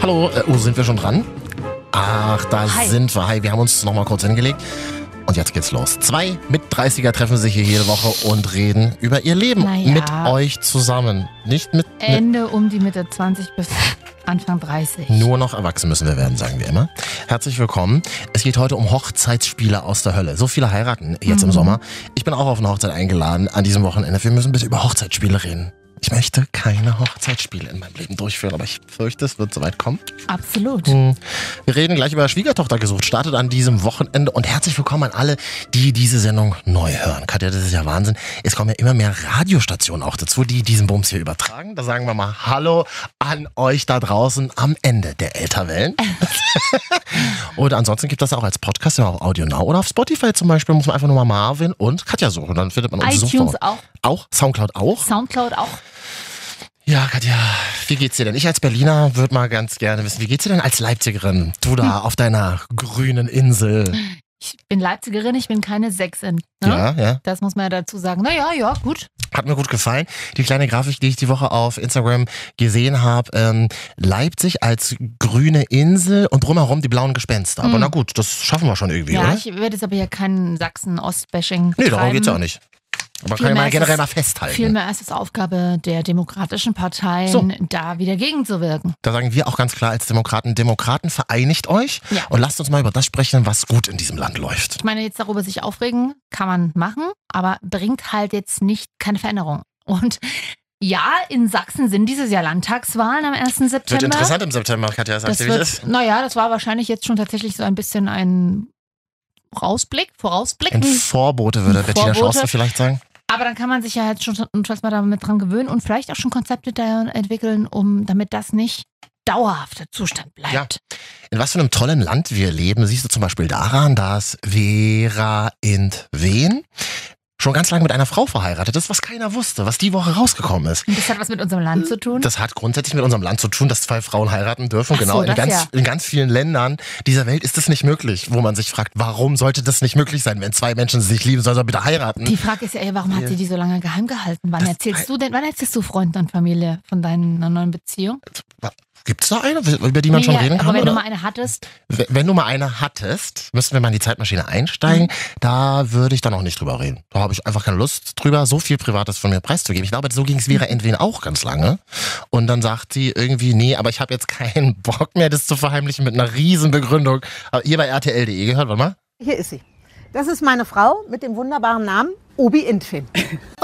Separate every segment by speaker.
Speaker 1: Hallo, äh, oh, sind wir schon dran? Ach, da sind wir. Hi, wir haben uns noch mal kurz hingelegt. Und jetzt geht's los. Zwei mit 30er treffen sich hier jede Woche und reden über ihr Leben
Speaker 2: Na ja.
Speaker 1: mit euch zusammen. Nicht mit, mit
Speaker 2: Ende um die Mitte 20 bis Anfang 30.
Speaker 1: nur noch erwachsen müssen wir werden, sagen wir immer. Herzlich willkommen. Es geht heute um Hochzeitsspiele aus der Hölle. So viele heiraten jetzt im Sommer. Ich bin auch auf eine Hochzeit eingeladen an diesem Wochenende. Wir müssen bitte über Hochzeitsspiele reden. Ich möchte keine Hochzeitsspiele in meinem Leben durchführen, aber ich fürchte, es wird soweit kommen.
Speaker 2: Absolut.
Speaker 1: Hm, Wir reden gleich über Schwiegertochter gesucht. Startet an diesem Wochenende und herzlich willkommen an alle, die diese Sendung neu hören. Katja, das ist ja Wahnsinn. Es kommen ja immer mehr Radiostationen auch dazu, die diesen Bums hier übertragen. Da sagen wir mal Hallo an euch da draußen am Ende der Älterwellen. oder ansonsten gibt das auch als Podcast ja auch Audio Now oder auf Spotify zum Beispiel muss man einfach nur mal Marvin und Katja suchen. Dann findet man uns
Speaker 2: iTunes
Speaker 1: sofort.
Speaker 2: auch,
Speaker 1: Auch Soundcloud auch.
Speaker 2: Soundcloud auch.
Speaker 1: Ja, Katja, wie geht's dir denn? Ich als Berliner würde mal ganz gerne wissen, wie geht's dir denn als Leipzigerin? Du
Speaker 2: Hm.
Speaker 1: da auf deiner grünen Insel.
Speaker 2: Ich bin Leipzigerin, ich bin keine Sechsin. Ne?
Speaker 1: Ja, ja.
Speaker 2: Das muss man ja dazu sagen. Naja, ja, gut.
Speaker 1: Hat mir gut gefallen. Die kleine Grafik, die ich die Woche auf Instagram gesehen habe, ähm, Leipzig als grüne Insel und drumherum die blauen Gespenster. Aber
Speaker 2: Mhm.
Speaker 1: na gut, das schaffen wir schon irgendwie,
Speaker 2: Ja,
Speaker 1: oder?
Speaker 2: ich werde jetzt aber hier keinen Sachsen-Ost-Bashing
Speaker 1: Nee, darum
Speaker 2: treiben.
Speaker 1: geht's ja auch nicht. Aber
Speaker 2: Viel
Speaker 1: kann ja
Speaker 2: mehr
Speaker 1: mal
Speaker 2: ist
Speaker 1: generell
Speaker 2: es-
Speaker 1: mal festhalten.
Speaker 2: Vielmehr ist es Aufgabe der demokratischen Parteien,
Speaker 1: So.
Speaker 2: da wieder gegenzuwirken.
Speaker 1: Da sagen wir auch ganz klar als Demokraten, Demokraten vereinigt euch
Speaker 2: Ja.
Speaker 1: und lasst uns mal über das sprechen, was gut in diesem Land läuft.
Speaker 2: Ich meine, jetzt darüber sich aufregen, kann man machen, aber bringt halt jetzt nicht keine Veränderung. Und ja, in Sachsen sind dieses Jahr Landtagswahlen am 1.
Speaker 1: Wird
Speaker 2: September.
Speaker 1: interessant im September, Katja, sagst
Speaker 2: das
Speaker 1: du, wie es
Speaker 2: wird,
Speaker 1: ist?
Speaker 2: naja, das war wahrscheinlich jetzt schon tatsächlich so ein bisschen ein Rausblick, Vorausblick.
Speaker 1: Ein Vorbote, würde
Speaker 2: Ein
Speaker 1: Bettina
Speaker 2: Vorbote.
Speaker 1: Schauster vielleicht sagen.
Speaker 2: Aber dann kann man sich ja jetzt schon schon mal damit dran gewöhnen und vielleicht auch schon Konzepte da entwickeln, um damit das nicht dauerhafter Zustand bleibt.
Speaker 1: Ja. In was für einem tollen Land wir leben, siehst du zum Beispiel daran, dass Vera in Wien schon ganz lange mit einer Frau verheiratet ist, was keiner wusste, was die Woche rausgekommen ist.
Speaker 2: Und das hat was mit unserem Land zu tun.
Speaker 1: Das hat grundsätzlich mit unserem Land zu tun, dass zwei Frauen heiraten dürfen.
Speaker 2: Ach so,
Speaker 1: genau, in,
Speaker 2: das
Speaker 1: ganz,
Speaker 2: ja.
Speaker 1: in ganz vielen Ländern dieser Welt ist das nicht möglich, wo man sich fragt, warum sollte das nicht möglich sein, wenn zwei Menschen sich lieben, sollen sie bitte heiraten?
Speaker 2: Die Frage ist ja eher, warum hat sie die so lange geheim gehalten? Wann
Speaker 1: Das-
Speaker 2: erzählst du denn, wann erzählst du Freunden und Familie von deiner neuen Beziehung?
Speaker 1: Gibt's da eine, über die man
Speaker 2: Nee,
Speaker 1: schon
Speaker 2: ja,
Speaker 1: reden kann?
Speaker 2: aber wenn
Speaker 1: oder?
Speaker 2: du mal eine hattest,
Speaker 1: W- Wenn du mal eine hattest, müssten wir mal in die Zeitmaschine einsteigen.
Speaker 2: Mhm.
Speaker 1: Da würde ich dann auch nicht drüber reden. Da habe ich einfach keine Lust drüber, so viel Privates von mir preiszugeben. Ich glaube, so ging es Vera
Speaker 2: Mhm.
Speaker 1: Entwen auch ganz lange. Und dann sagt sie irgendwie, nee, aber ich habe jetzt keinen Bock mehr, das zu verheimlichen mit einer riesen Begründung. Aber Hier bei RTL.de E gehört, warte mal.
Speaker 3: Hier ist sie. Das ist meine Frau mit dem wunderbaren Namen Obi Intfin.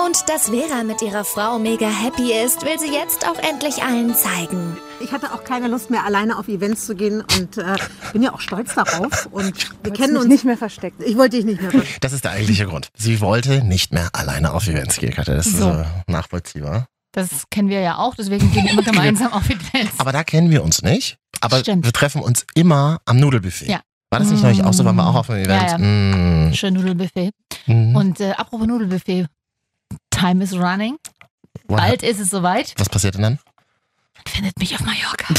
Speaker 4: Und dass Vera mit ihrer Frau mega happy ist, will sie jetzt auch endlich allen zeigen.
Speaker 3: Ich hatte auch keine Lust mehr, alleine auf Events zu gehen und äh, bin ja auch stolz darauf. Und wir kennen uns nicht mehr versteckt. Ich wollte dich nicht mehr verstecken.
Speaker 1: Das ist der
Speaker 2: Mhm.
Speaker 1: eigentliche Grund. Sie wollte nicht mehr alleine auf Events gehen, Katja. Das ist
Speaker 2: So.
Speaker 1: äh, nachvollziehbar.
Speaker 2: das kennen wir ja auch, deswegen gehen wir immer gemeinsam auf Events.
Speaker 1: Genau. Aber da kennen wir uns nicht. Aber
Speaker 2: Stimmt.
Speaker 1: wir treffen uns immer am Nudelbuffet.
Speaker 2: Ja.
Speaker 1: War das nicht neulich auch so? Waren wir auch auf einem
Speaker 2: Ja,
Speaker 1: Event?
Speaker 2: ja.
Speaker 1: Mm.
Speaker 2: Schön Nudelbuffet.
Speaker 1: Mhm.
Speaker 2: Und äh, apropos Nudelbuffet, Time is running.
Speaker 1: What
Speaker 2: Bald ist es soweit.
Speaker 1: Was passiert denn dann?
Speaker 2: Findet mich auf Mallorca.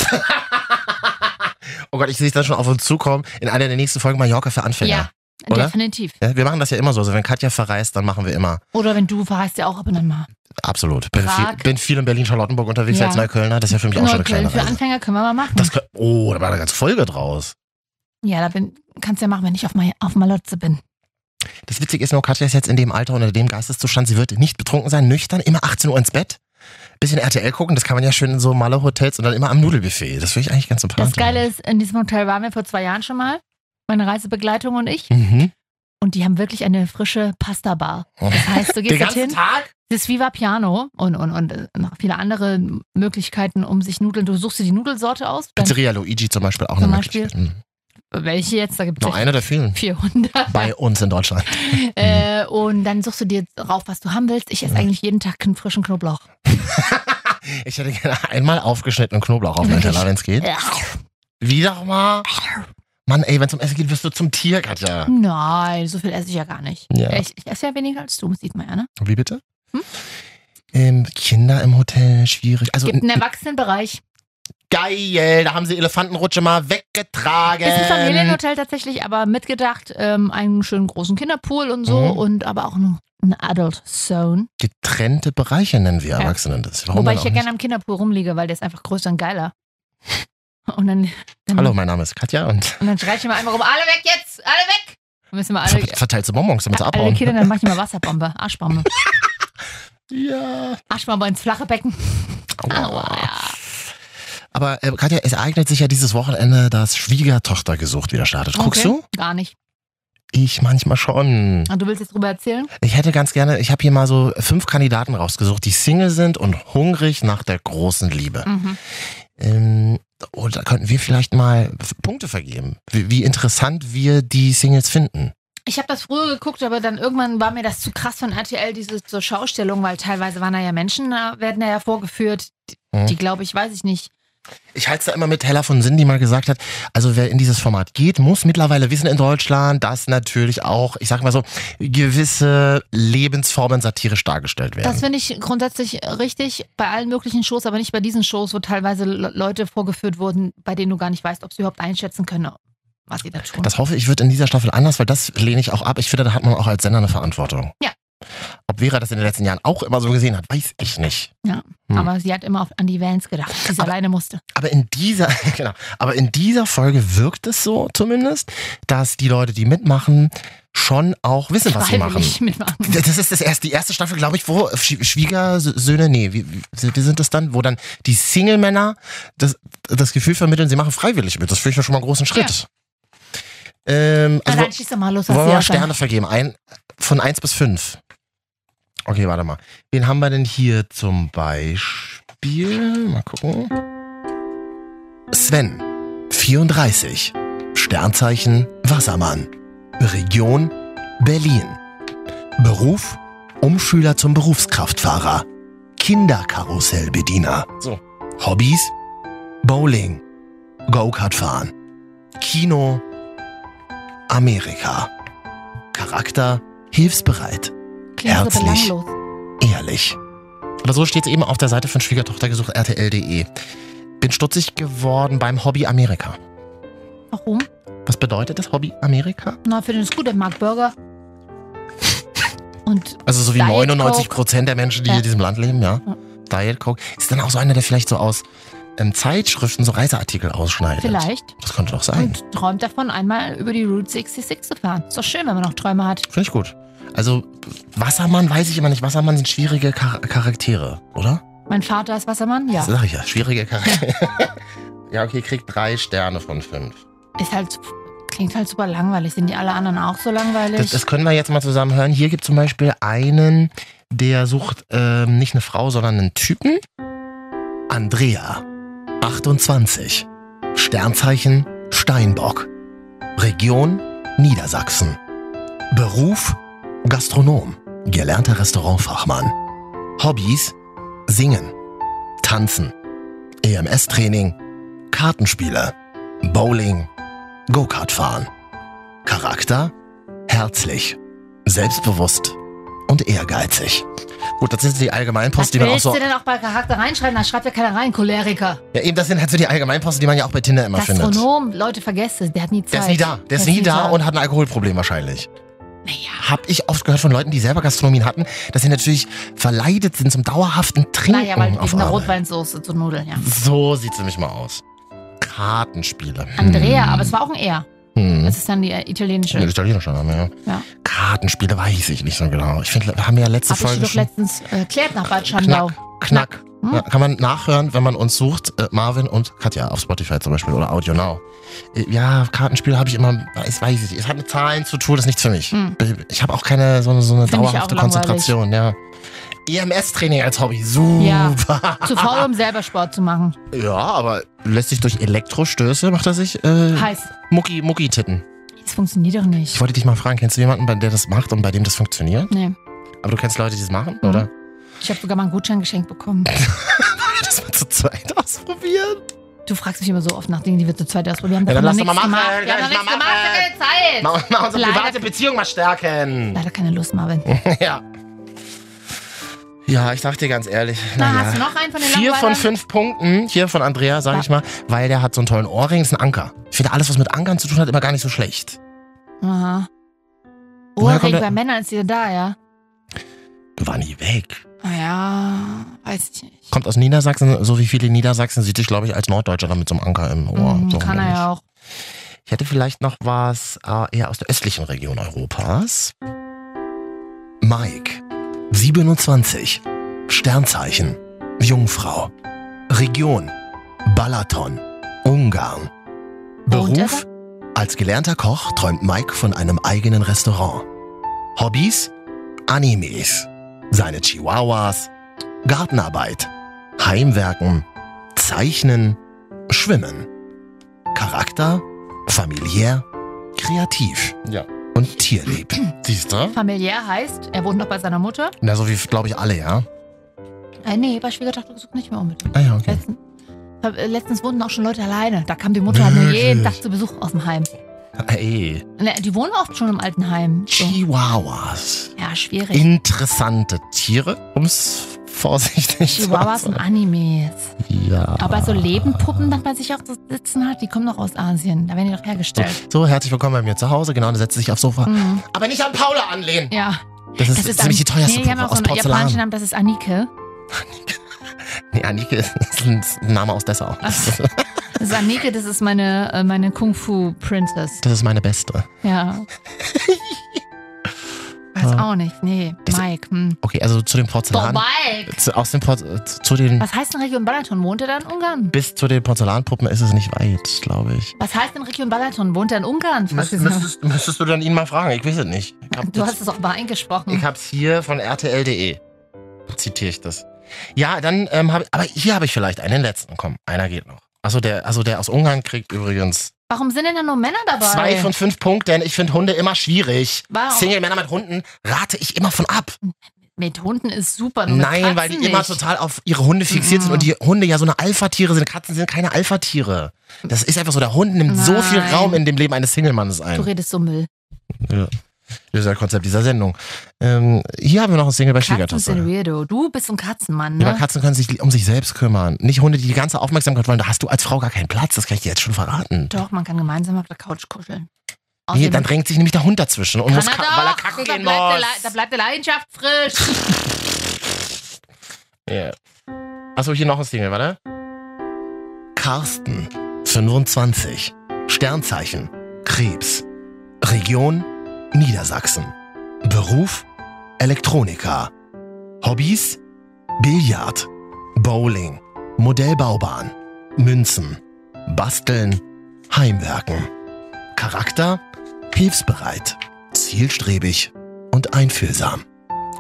Speaker 1: Oh Gott, ich sehe es dann schon auf uns zukommen. In einer der nächsten Folgen Mallorca für
Speaker 2: ja,
Speaker 1: Anfänger. oder?
Speaker 2: definitiv.
Speaker 1: Ja, wir machen das ja immer so. Also wenn Katja verreist, dann machen wir immer.
Speaker 2: Oder wenn du verreist ja auch ab und an mal.
Speaker 1: Absolut. Bin, viel,
Speaker 2: Prag.
Speaker 1: bin viel in Berlin-Charlottenburg unterwegs
Speaker 2: Ja.
Speaker 1: als Neuköllner. Das ist ja für mich auch schon eine
Speaker 2: Neukölln
Speaker 1: kleine
Speaker 2: Genau, für
Speaker 1: Reise.
Speaker 2: Anfänger können wir mal machen.
Speaker 1: Das, kö- oh, da war eine ganze Folge draus.
Speaker 2: ja, da bin, kannst du ja machen, wenn ich auf, Mal, auf Malotze bin.
Speaker 1: Das Witzige ist nur, Katja ist jetzt in dem Alter und in dem Geisteszustand, sie wird nicht betrunken sein, nüchtern, immer 18 Uhr ins Bett. Bisschen RTL gucken, das kann man ja schön in so Malle-Hotels und dann immer am Nudelbuffet. Das finde ich eigentlich ganz sympathisch.
Speaker 2: Das Geile ist, in diesem Hotel waren wir vor zwei Jahren schon mal. Meine Reisebegleitung und ich.
Speaker 1: Mhm.
Speaker 2: Und die haben wirklich eine frische Pasta-Bar. Das heißt, du
Speaker 1: Oh. Den
Speaker 2: gehst
Speaker 1: ganzen
Speaker 2: dorthin,
Speaker 1: Tag?
Speaker 2: das ist Viva Piano und, und, und äh, noch viele andere Möglichkeiten, um sich Nudeln, du suchst dir die Nudelsorte aus, dann,
Speaker 1: Pizzeria Luigi zum Beispiel auch
Speaker 2: Zum
Speaker 1: eine
Speaker 2: Beispiel.
Speaker 1: Möglichkeit. Mhm.
Speaker 2: welche jetzt, da gibt
Speaker 1: Nur
Speaker 2: es
Speaker 1: einer der vielen.
Speaker 2: 400.
Speaker 1: Bei uns in Deutschland.
Speaker 2: Äh, und dann suchst du dir rauf, was du haben willst. Ich esse eigentlich jeden Tag einen frischen Knoblauch.
Speaker 1: Ich hätte gerne einmal aufgeschnittenen Knoblauch auf meinen
Speaker 2: Wirklich?
Speaker 1: Teller, wenn es geht. Wieder doch mal. Mann, ey, wenn es um Essen geht, wirst du zum Tier, Katja.
Speaker 2: Nein, so viel esse ich ja gar nicht.
Speaker 1: Ja.
Speaker 2: Ich, ich esse ja weniger als du, sieht man ja, ne?
Speaker 1: Wie bitte?
Speaker 2: Hm?
Speaker 1: Ähm, Kinder im Hotel, schwierig. Also
Speaker 2: Gibt einen Erwachsenenbereich.
Speaker 1: geil, da haben sie Elefantenrutsche mal weggetragen.
Speaker 2: Ist ein Familienhotel tatsächlich, aber mitgedacht, ähm, einen schönen großen Kinderpool und so
Speaker 1: Mhm.
Speaker 2: und aber auch eine eine Adult Zone.
Speaker 1: Getrennte Bereiche nennen wir
Speaker 2: Ja.
Speaker 1: Erwachsenen das. Warum
Speaker 2: Wobei
Speaker 1: denn
Speaker 2: ich ja
Speaker 1: auch
Speaker 2: gerne am Kinderpool rumliege, weil der ist einfach größer und geiler. Und dann,
Speaker 1: nicht?
Speaker 2: dann,
Speaker 1: Hallo, mein Name ist Katja und
Speaker 2: Und dann schrei ich immer einmal rum, alle weg jetzt, alle weg! Dann müssen wir alle,
Speaker 1: ver verteilst du Bonbons, damit sie
Speaker 2: alle
Speaker 1: abhauen.
Speaker 2: Kinder, dann mach ich immer Wasserbombe, Arschbombe.
Speaker 1: Ja.
Speaker 2: Arschbombe ins flache Becken.
Speaker 1: Aua.
Speaker 2: Aua, ja.
Speaker 1: Aber äh, Katja, es eignet sich ja dieses Wochenende, dass Schwiegertochter gesucht wieder startet. Guckst
Speaker 2: Okay, Gar nicht.
Speaker 1: du? Ich manchmal schon.
Speaker 2: Und du willst jetzt drüber erzählen?
Speaker 1: Ich hätte ganz gerne, ich habe hier mal so fünf Kandidaten rausgesucht, die Single sind und hungrig nach der großen Liebe.
Speaker 2: Mhm.
Speaker 1: Ähm, und da könnten wir vielleicht mal f- Punkte vergeben, wie, wie interessant wir die Singles finden.
Speaker 2: Ich habe das früher geguckt, aber dann irgendwann war mir das zu krass von RTL, diese zur Schaustellung, weil teilweise waren da ja Menschen, da werden da ja vorgeführt, die,
Speaker 1: Mhm.
Speaker 2: die glaube ich, weiß ich nicht.
Speaker 1: Ich halte es da immer mit Hella von Sinn, die mal gesagt hat, also wer in dieses Format geht, muss mittlerweile wissen in Deutschland, dass natürlich auch, ich sag mal so, gewisse Lebensformen satirisch dargestellt werden.
Speaker 2: Das finde ich grundsätzlich richtig bei allen möglichen Shows, aber nicht bei diesen Shows, wo teilweise Le- Leute vorgeführt wurden, bei denen du gar nicht weißt, ob sie überhaupt einschätzen können, was sie da tun.
Speaker 1: Das hoffe ich, wird in dieser Staffel anders, weil das lehne ich auch ab. Ich finde, da hat man auch als Sender eine Verantwortung.
Speaker 2: Ja.
Speaker 1: Ob Vera das in den letzten Jahren auch immer so gesehen hat, weiß ich nicht. Hm.
Speaker 2: Aber sie hat immer auf, an die Vans gedacht, die sie
Speaker 1: Aber-
Speaker 2: alleine musste.
Speaker 1: Aber in dieser, genau, aber in dieser Folge wirkt es so zumindest, dass die Leute, die mitmachen, schon auch wissen, was sie machen.
Speaker 2: Freiwillig mitmachen.
Speaker 1: Das ist das erste, die erste Staffel, glaube ich, wo Schwie- Schwiegersöhne, nee, wie, wie wie sind das dann, wo dann die Single-Männer das, das Gefühl vermitteln, sie machen freiwillig mit. Das finde ich ja schon mal einen großen Schritt. Ähm,
Speaker 2: Na,
Speaker 1: also,
Speaker 2: dann schieß doch mal los, was
Speaker 1: Wollen
Speaker 2: sie
Speaker 1: wir mal
Speaker 2: auch
Speaker 1: Sterne vergeben? Ein, von 1 bis 5. Okay, warte mal. Wen haben wir denn hier zum Beispiel? Mal gucken. Sven, 34. Sternzeichen Wassermann. Region Berlin. Beruf Umschüler zum Berufskraftfahrer. Kinderkarussellbediener. So. Hobbys Bowling. Go-Kart fahren. Kino Amerika. Charakter hilfsbereit,
Speaker 2: Klingt so
Speaker 1: herzlich.
Speaker 2: belanglos.
Speaker 1: ehrlich. Aber so steht es eben auf der Seite von Schwiegertochter gesucht rtl.de. E. Bin stutzig geworden beim Hobby Amerika.
Speaker 2: Warum?
Speaker 1: Was bedeutet das Hobby Amerika?
Speaker 2: Na, für den ist gut, der mag Burger. Und
Speaker 1: Also so wie
Speaker 2: Diet
Speaker 1: 99 Prozent der Menschen, die
Speaker 2: Ja.
Speaker 1: in diesem Land leben, ja. Diet Coke. Ist dann auch so einer, der vielleicht so aus ähm, Zeitschriften so Reiseartikel ausschneidet.
Speaker 2: vielleicht.
Speaker 1: Das könnte doch sein.
Speaker 2: Und träumt davon, einmal über die Route 66 zu fahren. Ist doch schön, wenn man noch Träume hat.
Speaker 1: Finde ich gut. Also Wassermann weiß ich immer nicht. Wassermann sind schwierige Char Charaktere, oder?
Speaker 2: Mein Vater ist Wassermann, ja.
Speaker 1: Das sag ich ja, schwierige Charaktere. ja, okay, kriegt drei Sterne von fünf.
Speaker 2: Ist halt, klingt halt super langweilig. Sind die alle anderen auch so langweilig?
Speaker 1: Das, das können wir jetzt mal zusammen hören. Hier gibt zum Beispiel einen, der sucht ähm, nicht eine Frau, sondern einen Typen. Andrea, 28. Sternzeichen Steinbock. Region Niedersachsen. Beruf Gastronom, gelernter Restaurantfachmann. Hobbys Singen, Tanzen, EMS-Training, Kartenspiele, Bowling, Go-Kart fahren. Charakter herzlich, selbstbewusst und ehrgeizig. Gut, das sind die
Speaker 2: was
Speaker 1: Allgemeinposten, die man auch
Speaker 2: willst
Speaker 1: so
Speaker 2: du denn auch bei Charakter reinschreiben? Da schreibt ja keiner rein, Choleriker.
Speaker 1: ja, eben, das sind halt so die Allgemeinposten, die man ja auch bei Tinder immer findet.
Speaker 2: Gastronom, Leute, vergesst es, der hat nie Zeit.
Speaker 1: Der ist nie da. Der ist nie da und hat ein Alkoholproblem wahrscheinlich.
Speaker 2: Naja.
Speaker 1: Hab ich oft gehört von Leuten, die selber Gastronomien hatten, dass sie natürlich verleitet sind zum dauerhaften Trinken
Speaker 2: Naja, weil
Speaker 1: auf
Speaker 2: wegen der
Speaker 1: Arbeit. Mhm.
Speaker 2: Rotweinsauce zu Nudeln, ja.
Speaker 1: So sieht's nämlich mal aus. Kartenspiele. Hm.
Speaker 2: Andrea, aber es war auch ein R.
Speaker 1: Hm.
Speaker 2: Das ist dann die äh, italienische.
Speaker 1: Ja, italienischer Name, ja.
Speaker 2: Ja.
Speaker 1: Kartenspiele weiß ich nicht so genau. Ich finde, haben wir ja letzte
Speaker 2: Hab ich dir
Speaker 1: Folge
Speaker 2: doch
Speaker 1: schon.
Speaker 2: letztens äh, erklärt nach Bad Schandau.
Speaker 1: Knack.
Speaker 2: Hm?
Speaker 1: Ja, kann man nachhören, wenn man uns sucht. Äh, Marvin und Katja auf Spotify zum Beispiel oder Audio Now. Äh, ja, Kartenspiele habe ich immer, das weiß ich nicht. Es hat mit Zahlen zu tun, das ist nichts für mich.
Speaker 2: Hm.
Speaker 1: Ich habe auch keine so eine, so eine
Speaker 2: Find ich auch
Speaker 1: dauerhafte
Speaker 2: langweilig.
Speaker 1: Konzentration, ja. EMS-Training als Hobby, super.
Speaker 2: Zu faul, um selber Sport zu machen.
Speaker 1: Ja. aber lässt sich durch Elektrostöße, macht er sich äh,
Speaker 2: Heißt,
Speaker 1: Mucki, Mucki-Titten.
Speaker 2: das funktioniert doch
Speaker 1: Ich
Speaker 2: nicht.
Speaker 1: wollte dich mal fragen, kennst du jemanden, bei der das macht und bei dem das funktioniert?
Speaker 2: Nee.
Speaker 1: Aber du kennst Leute, die das machen,
Speaker 2: Mhm.
Speaker 1: oder?
Speaker 2: Ich habe sogar mal ein Gutschein geschenkt bekommen.
Speaker 1: das mal zu zweit ausprobieren?
Speaker 2: Du fragst mich immer so oft nach Dingen, die wir zu zweit ausprobieren.
Speaker 1: Ja,
Speaker 2: Wir
Speaker 1: dann lass
Speaker 2: haben
Speaker 1: doch mal
Speaker 2: nichts
Speaker 1: machen.
Speaker 2: gemacht. Wir
Speaker 1: Lass
Speaker 2: haben noch
Speaker 1: mal
Speaker 2: nichts gemacht.
Speaker 1: machen.
Speaker 2: keine Zeit.
Speaker 1: Mal, mal unsere
Speaker 2: Leider-
Speaker 1: private Beziehung mal stärken.
Speaker 2: Leider keine Lust, Marvin.
Speaker 1: Ja. Ja, ich sag dir ganz ehrlich.
Speaker 2: Na,
Speaker 1: na ja.
Speaker 2: hast du noch einen von den
Speaker 1: Vier von
Speaker 2: Langweilern?
Speaker 1: fünf Punkten hier von Andrea, sag
Speaker 2: Ja.
Speaker 1: ich mal, weil der hat so einen tollen Ohrring, ist ein Anker. Ich finde alles, was mit Ankern zu tun hat, immer gar nicht so schlecht.
Speaker 2: Aha.
Speaker 1: Woher
Speaker 2: Ohrring
Speaker 1: kommt der-
Speaker 2: bei Männern ist wieder da, ja?
Speaker 1: Du war nie weg.
Speaker 2: Ah ja, weiß ich nicht.
Speaker 1: Kommt aus Niedersachsen, so wie viele Niedersachsen sieht sich, glaube ich, als Norddeutscher dann mit so einem Anker im Ohr.
Speaker 2: Mhm,
Speaker 1: so
Speaker 2: kann er
Speaker 1: nämlich.
Speaker 2: ja auch.
Speaker 1: Ich hätte vielleicht noch was äh, eher aus der östlichen Region Europas. Mike, 27, Sternzeichen, Jungfrau, Region, Balaton, Ungarn.
Speaker 2: Wohnt er
Speaker 1: Beruf, als gelernter Koch träumt Mike von einem eigenen Restaurant. Hobbys, Animes, seine Chihuahuas, Gartenarbeit, Heimwerken, Zeichnen, Schwimmen. Charakter, familiär, kreativ
Speaker 5: Ja.
Speaker 1: und tierlieb. Siehst du?
Speaker 2: Familiär heißt, er wohnt noch bei seiner Mutter.
Speaker 1: Na, so wie, glaube ich, alle, ja?
Speaker 2: Äh, nee, bei Schwiegertochter gesucht nicht mehr unbedingt.
Speaker 1: Ah ja, okay.
Speaker 2: Letzten, äh, letztens wohnten auch schon Leute alleine. Da kam die Mutter halt nur jeden
Speaker 1: Wirklich?
Speaker 2: Tag zu Besuch aus dem Heim.
Speaker 1: Ey,
Speaker 2: Ne, die wohnen oft schon im alten Heim. So.
Speaker 1: Chihuahuas.
Speaker 2: Ja, schwierig.
Speaker 1: Interessante Tiere, um es vorsichtig
Speaker 2: Chihuahuas
Speaker 1: zu
Speaker 2: und
Speaker 1: sagen.
Speaker 2: Animes.
Speaker 1: Ja.
Speaker 2: Aber so Lebenpuppen, dass man sich auch so sitzen hat, die kommen doch aus Asien. Da werden die doch hergestellt.
Speaker 1: So, herzlich willkommen bei mir zu Hause. Genau, dann setzt sich aufs Sofa.
Speaker 2: Mhm.
Speaker 1: Aber nicht an Paula anlehnen.
Speaker 2: Ja.
Speaker 1: Das ist, nämlich die
Speaker 2: An-
Speaker 1: teuerste
Speaker 2: nee, die haben
Speaker 1: Puppe
Speaker 2: auch
Speaker 1: aus
Speaker 2: so einen japanischen
Speaker 1: Porzellan.
Speaker 2: Namen, das ist Anike.
Speaker 1: Nee, Anike ist ein Name aus Dessau.
Speaker 2: Ach. Das ist Anike, das ist meine, äh, meine Kung-Fu-Princess.
Speaker 1: Das ist meine beste.
Speaker 2: Ja. Weiß
Speaker 1: Ja.
Speaker 2: auch nicht. Nee,
Speaker 1: Das-
Speaker 2: Mike. Hm.
Speaker 1: Okay, also zu dem
Speaker 2: Doch,
Speaker 1: Porzellan.
Speaker 2: Mike!
Speaker 1: Zu, aus dem Por zu, zu den
Speaker 2: Was heißt denn Region Balaton? Wohnt er da in Ungarn?
Speaker 1: bis zu den Porzellanpuppen ist es nicht weit, glaube ich.
Speaker 2: Was heißt denn Region Balaton? Wohnt er in Ungarn? Fragt sie sich.
Speaker 1: müsstest, müsstest du dann ihn mal fragen? Ich weiß es nicht. Ich hab
Speaker 2: du
Speaker 1: das-
Speaker 2: hast es auch mal eingesprochen.
Speaker 1: Ich hab's hier von RTL.de. Zitiere E. ich das. Ja, dann ähm, habe aber hier habe ich vielleicht einen letzten. Komm, einer geht noch. Also der, also der aus Ungarn kriegt übrigens
Speaker 2: Warum sind denn da nur Männer dabei?
Speaker 1: zwei von fünf Punkten. Ich finde Hunde immer schwierig.
Speaker 2: Warum?
Speaker 1: Single-Männer mit Hunden rate ich immer von ab.
Speaker 2: Mit Hunden ist super. Nur
Speaker 1: Nein,
Speaker 2: mit
Speaker 1: weil die
Speaker 2: Katzen
Speaker 1: immer
Speaker 2: nicht. Mhm.
Speaker 1: total auf ihre Hunde fixiert sind und die Hunde ja so eine Alpha-Tiere sind. Katzen sind keine Alpha-Tiere. Das ist einfach so. Der Hund nimmt so viel
Speaker 2: Nein.
Speaker 1: Raum in dem Leben eines Single-Mannes
Speaker 2: Du
Speaker 1: ein.
Speaker 2: redest so Müll.
Speaker 1: Das ist das Konzept dieser Sendung. Ähm, hier haben wir noch ein Single bei
Speaker 2: Katzen
Speaker 1: Schwiegertochter.
Speaker 2: sind weirdo. Du bist so ein Katzenmann,
Speaker 1: Ja,
Speaker 2: ne?
Speaker 1: aber Katzen können sich um sich selbst kümmern. Nicht Hunde, die die ganze Aufmerksamkeit wollen. Da hast du als Frau gar keinen Platz. Das kann ich dir jetzt schon verraten.
Speaker 2: Doch, man kann gemeinsam auf der Couch kuscheln.
Speaker 1: Nee,
Speaker 2: Außerdem
Speaker 1: dann drängt sich nämlich der Hund dazwischen und
Speaker 2: kann
Speaker 1: muss
Speaker 2: er
Speaker 1: ka- weil er
Speaker 2: doch.
Speaker 1: kacken
Speaker 2: da
Speaker 1: gehen
Speaker 2: bleibt Der, Le- da
Speaker 1: muss.
Speaker 2: bleibt der Leidenschaft frisch.
Speaker 1: Yeah. Achso, hier noch ein Single, warte. Carsten, 25. Sternzeichen, Krebs. Region, Niedersachsen. Beruf, Elektroniker. Hobbys, Billard, Bowling, Modellbaubahn, Münzen, Basteln, Heimwerken. Charakter, hilfsbereit, zielstrebig und einfühlsam.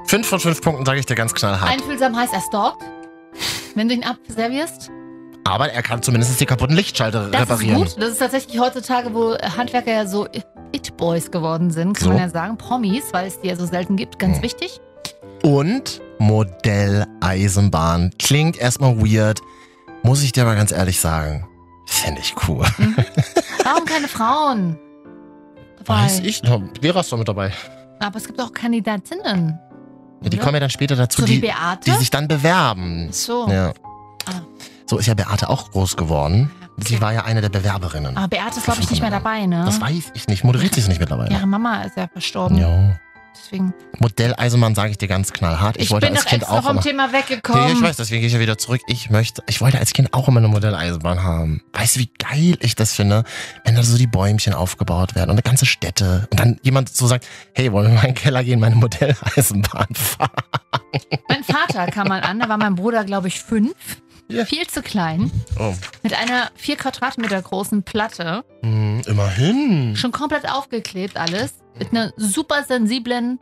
Speaker 1: Fünf von fünf Punkten sage ich dir ganz knallhart.
Speaker 2: Einfühlsam heißt, er stalkt. Wenn du ihn abservierst.
Speaker 1: Aber er kann zumindest die kaputten Lichtschalter
Speaker 2: Das
Speaker 1: reparieren.
Speaker 2: ist gut. Das ist tatsächlich heutzutage, wo Handwerker ja so It-Boys geworden sind, kann
Speaker 1: So. Hm.
Speaker 2: man ja sagen. Promis, weil es die ja so selten gibt. Ganz wichtig.
Speaker 1: Und Modelleisenbahn. Klingt erstmal weird. Muss ich dir aber ganz ehrlich sagen. Finde ich cool.
Speaker 2: Warum keine Frauen?
Speaker 1: Weiß
Speaker 2: Dabei?
Speaker 1: ich noch. Vera ist doch mit dabei.
Speaker 2: Aber es gibt auch Kandidatinnen.
Speaker 1: Ja, die
Speaker 2: oder?
Speaker 1: kommen ja dann später dazu,
Speaker 2: so wie
Speaker 1: die,
Speaker 2: Beate.
Speaker 1: die sich dann bewerben.
Speaker 2: so.
Speaker 1: Ja.
Speaker 2: Ah.
Speaker 1: So ist ja Beate auch groß geworden.
Speaker 2: Okay.
Speaker 1: Sie war ja eine der Bewerberinnen.
Speaker 2: Aber Ah, Beate ist, glaube ich, nicht mehr dabei, ne?
Speaker 1: Das weiß ich nicht. Moderiert sie es nicht mittlerweile?
Speaker 2: Ihre Mama ist ja verstorben.
Speaker 1: Ja.
Speaker 2: Deswegen.
Speaker 1: Modelleisenbahn sage ich dir ganz knallhart. Ich,
Speaker 2: Ich,
Speaker 1: wollte
Speaker 2: bin
Speaker 1: als
Speaker 2: doch
Speaker 1: Kind
Speaker 2: extra
Speaker 1: auch
Speaker 2: vom
Speaker 1: immer.
Speaker 2: Thema
Speaker 1: Ja,
Speaker 2: weggekommen.
Speaker 1: ja, ich weiß, deswegen gehe ich ja wieder zurück. Ich möchte, ich wollte als Kind auch immer eine Modelleisenbahn haben. Weißt du, wie geil ich das finde, wenn da so die Bäumchen aufgebaut werden und eine ganze Städte und dann jemand so sagt, hey, wollen wir in meinen Keller gehen, meine Modelleisenbahn fahren?
Speaker 2: Mein Vater kam mal an, da war mein Bruder, glaube ich, fünf.
Speaker 1: Ja.
Speaker 2: Viel zu klein.
Speaker 1: Oh.
Speaker 2: Mit einer vier Quadratmeter großen Platte.
Speaker 1: Hm, immerhin.
Speaker 2: Schon komplett aufgeklebt alles. Mit einer super sensiblen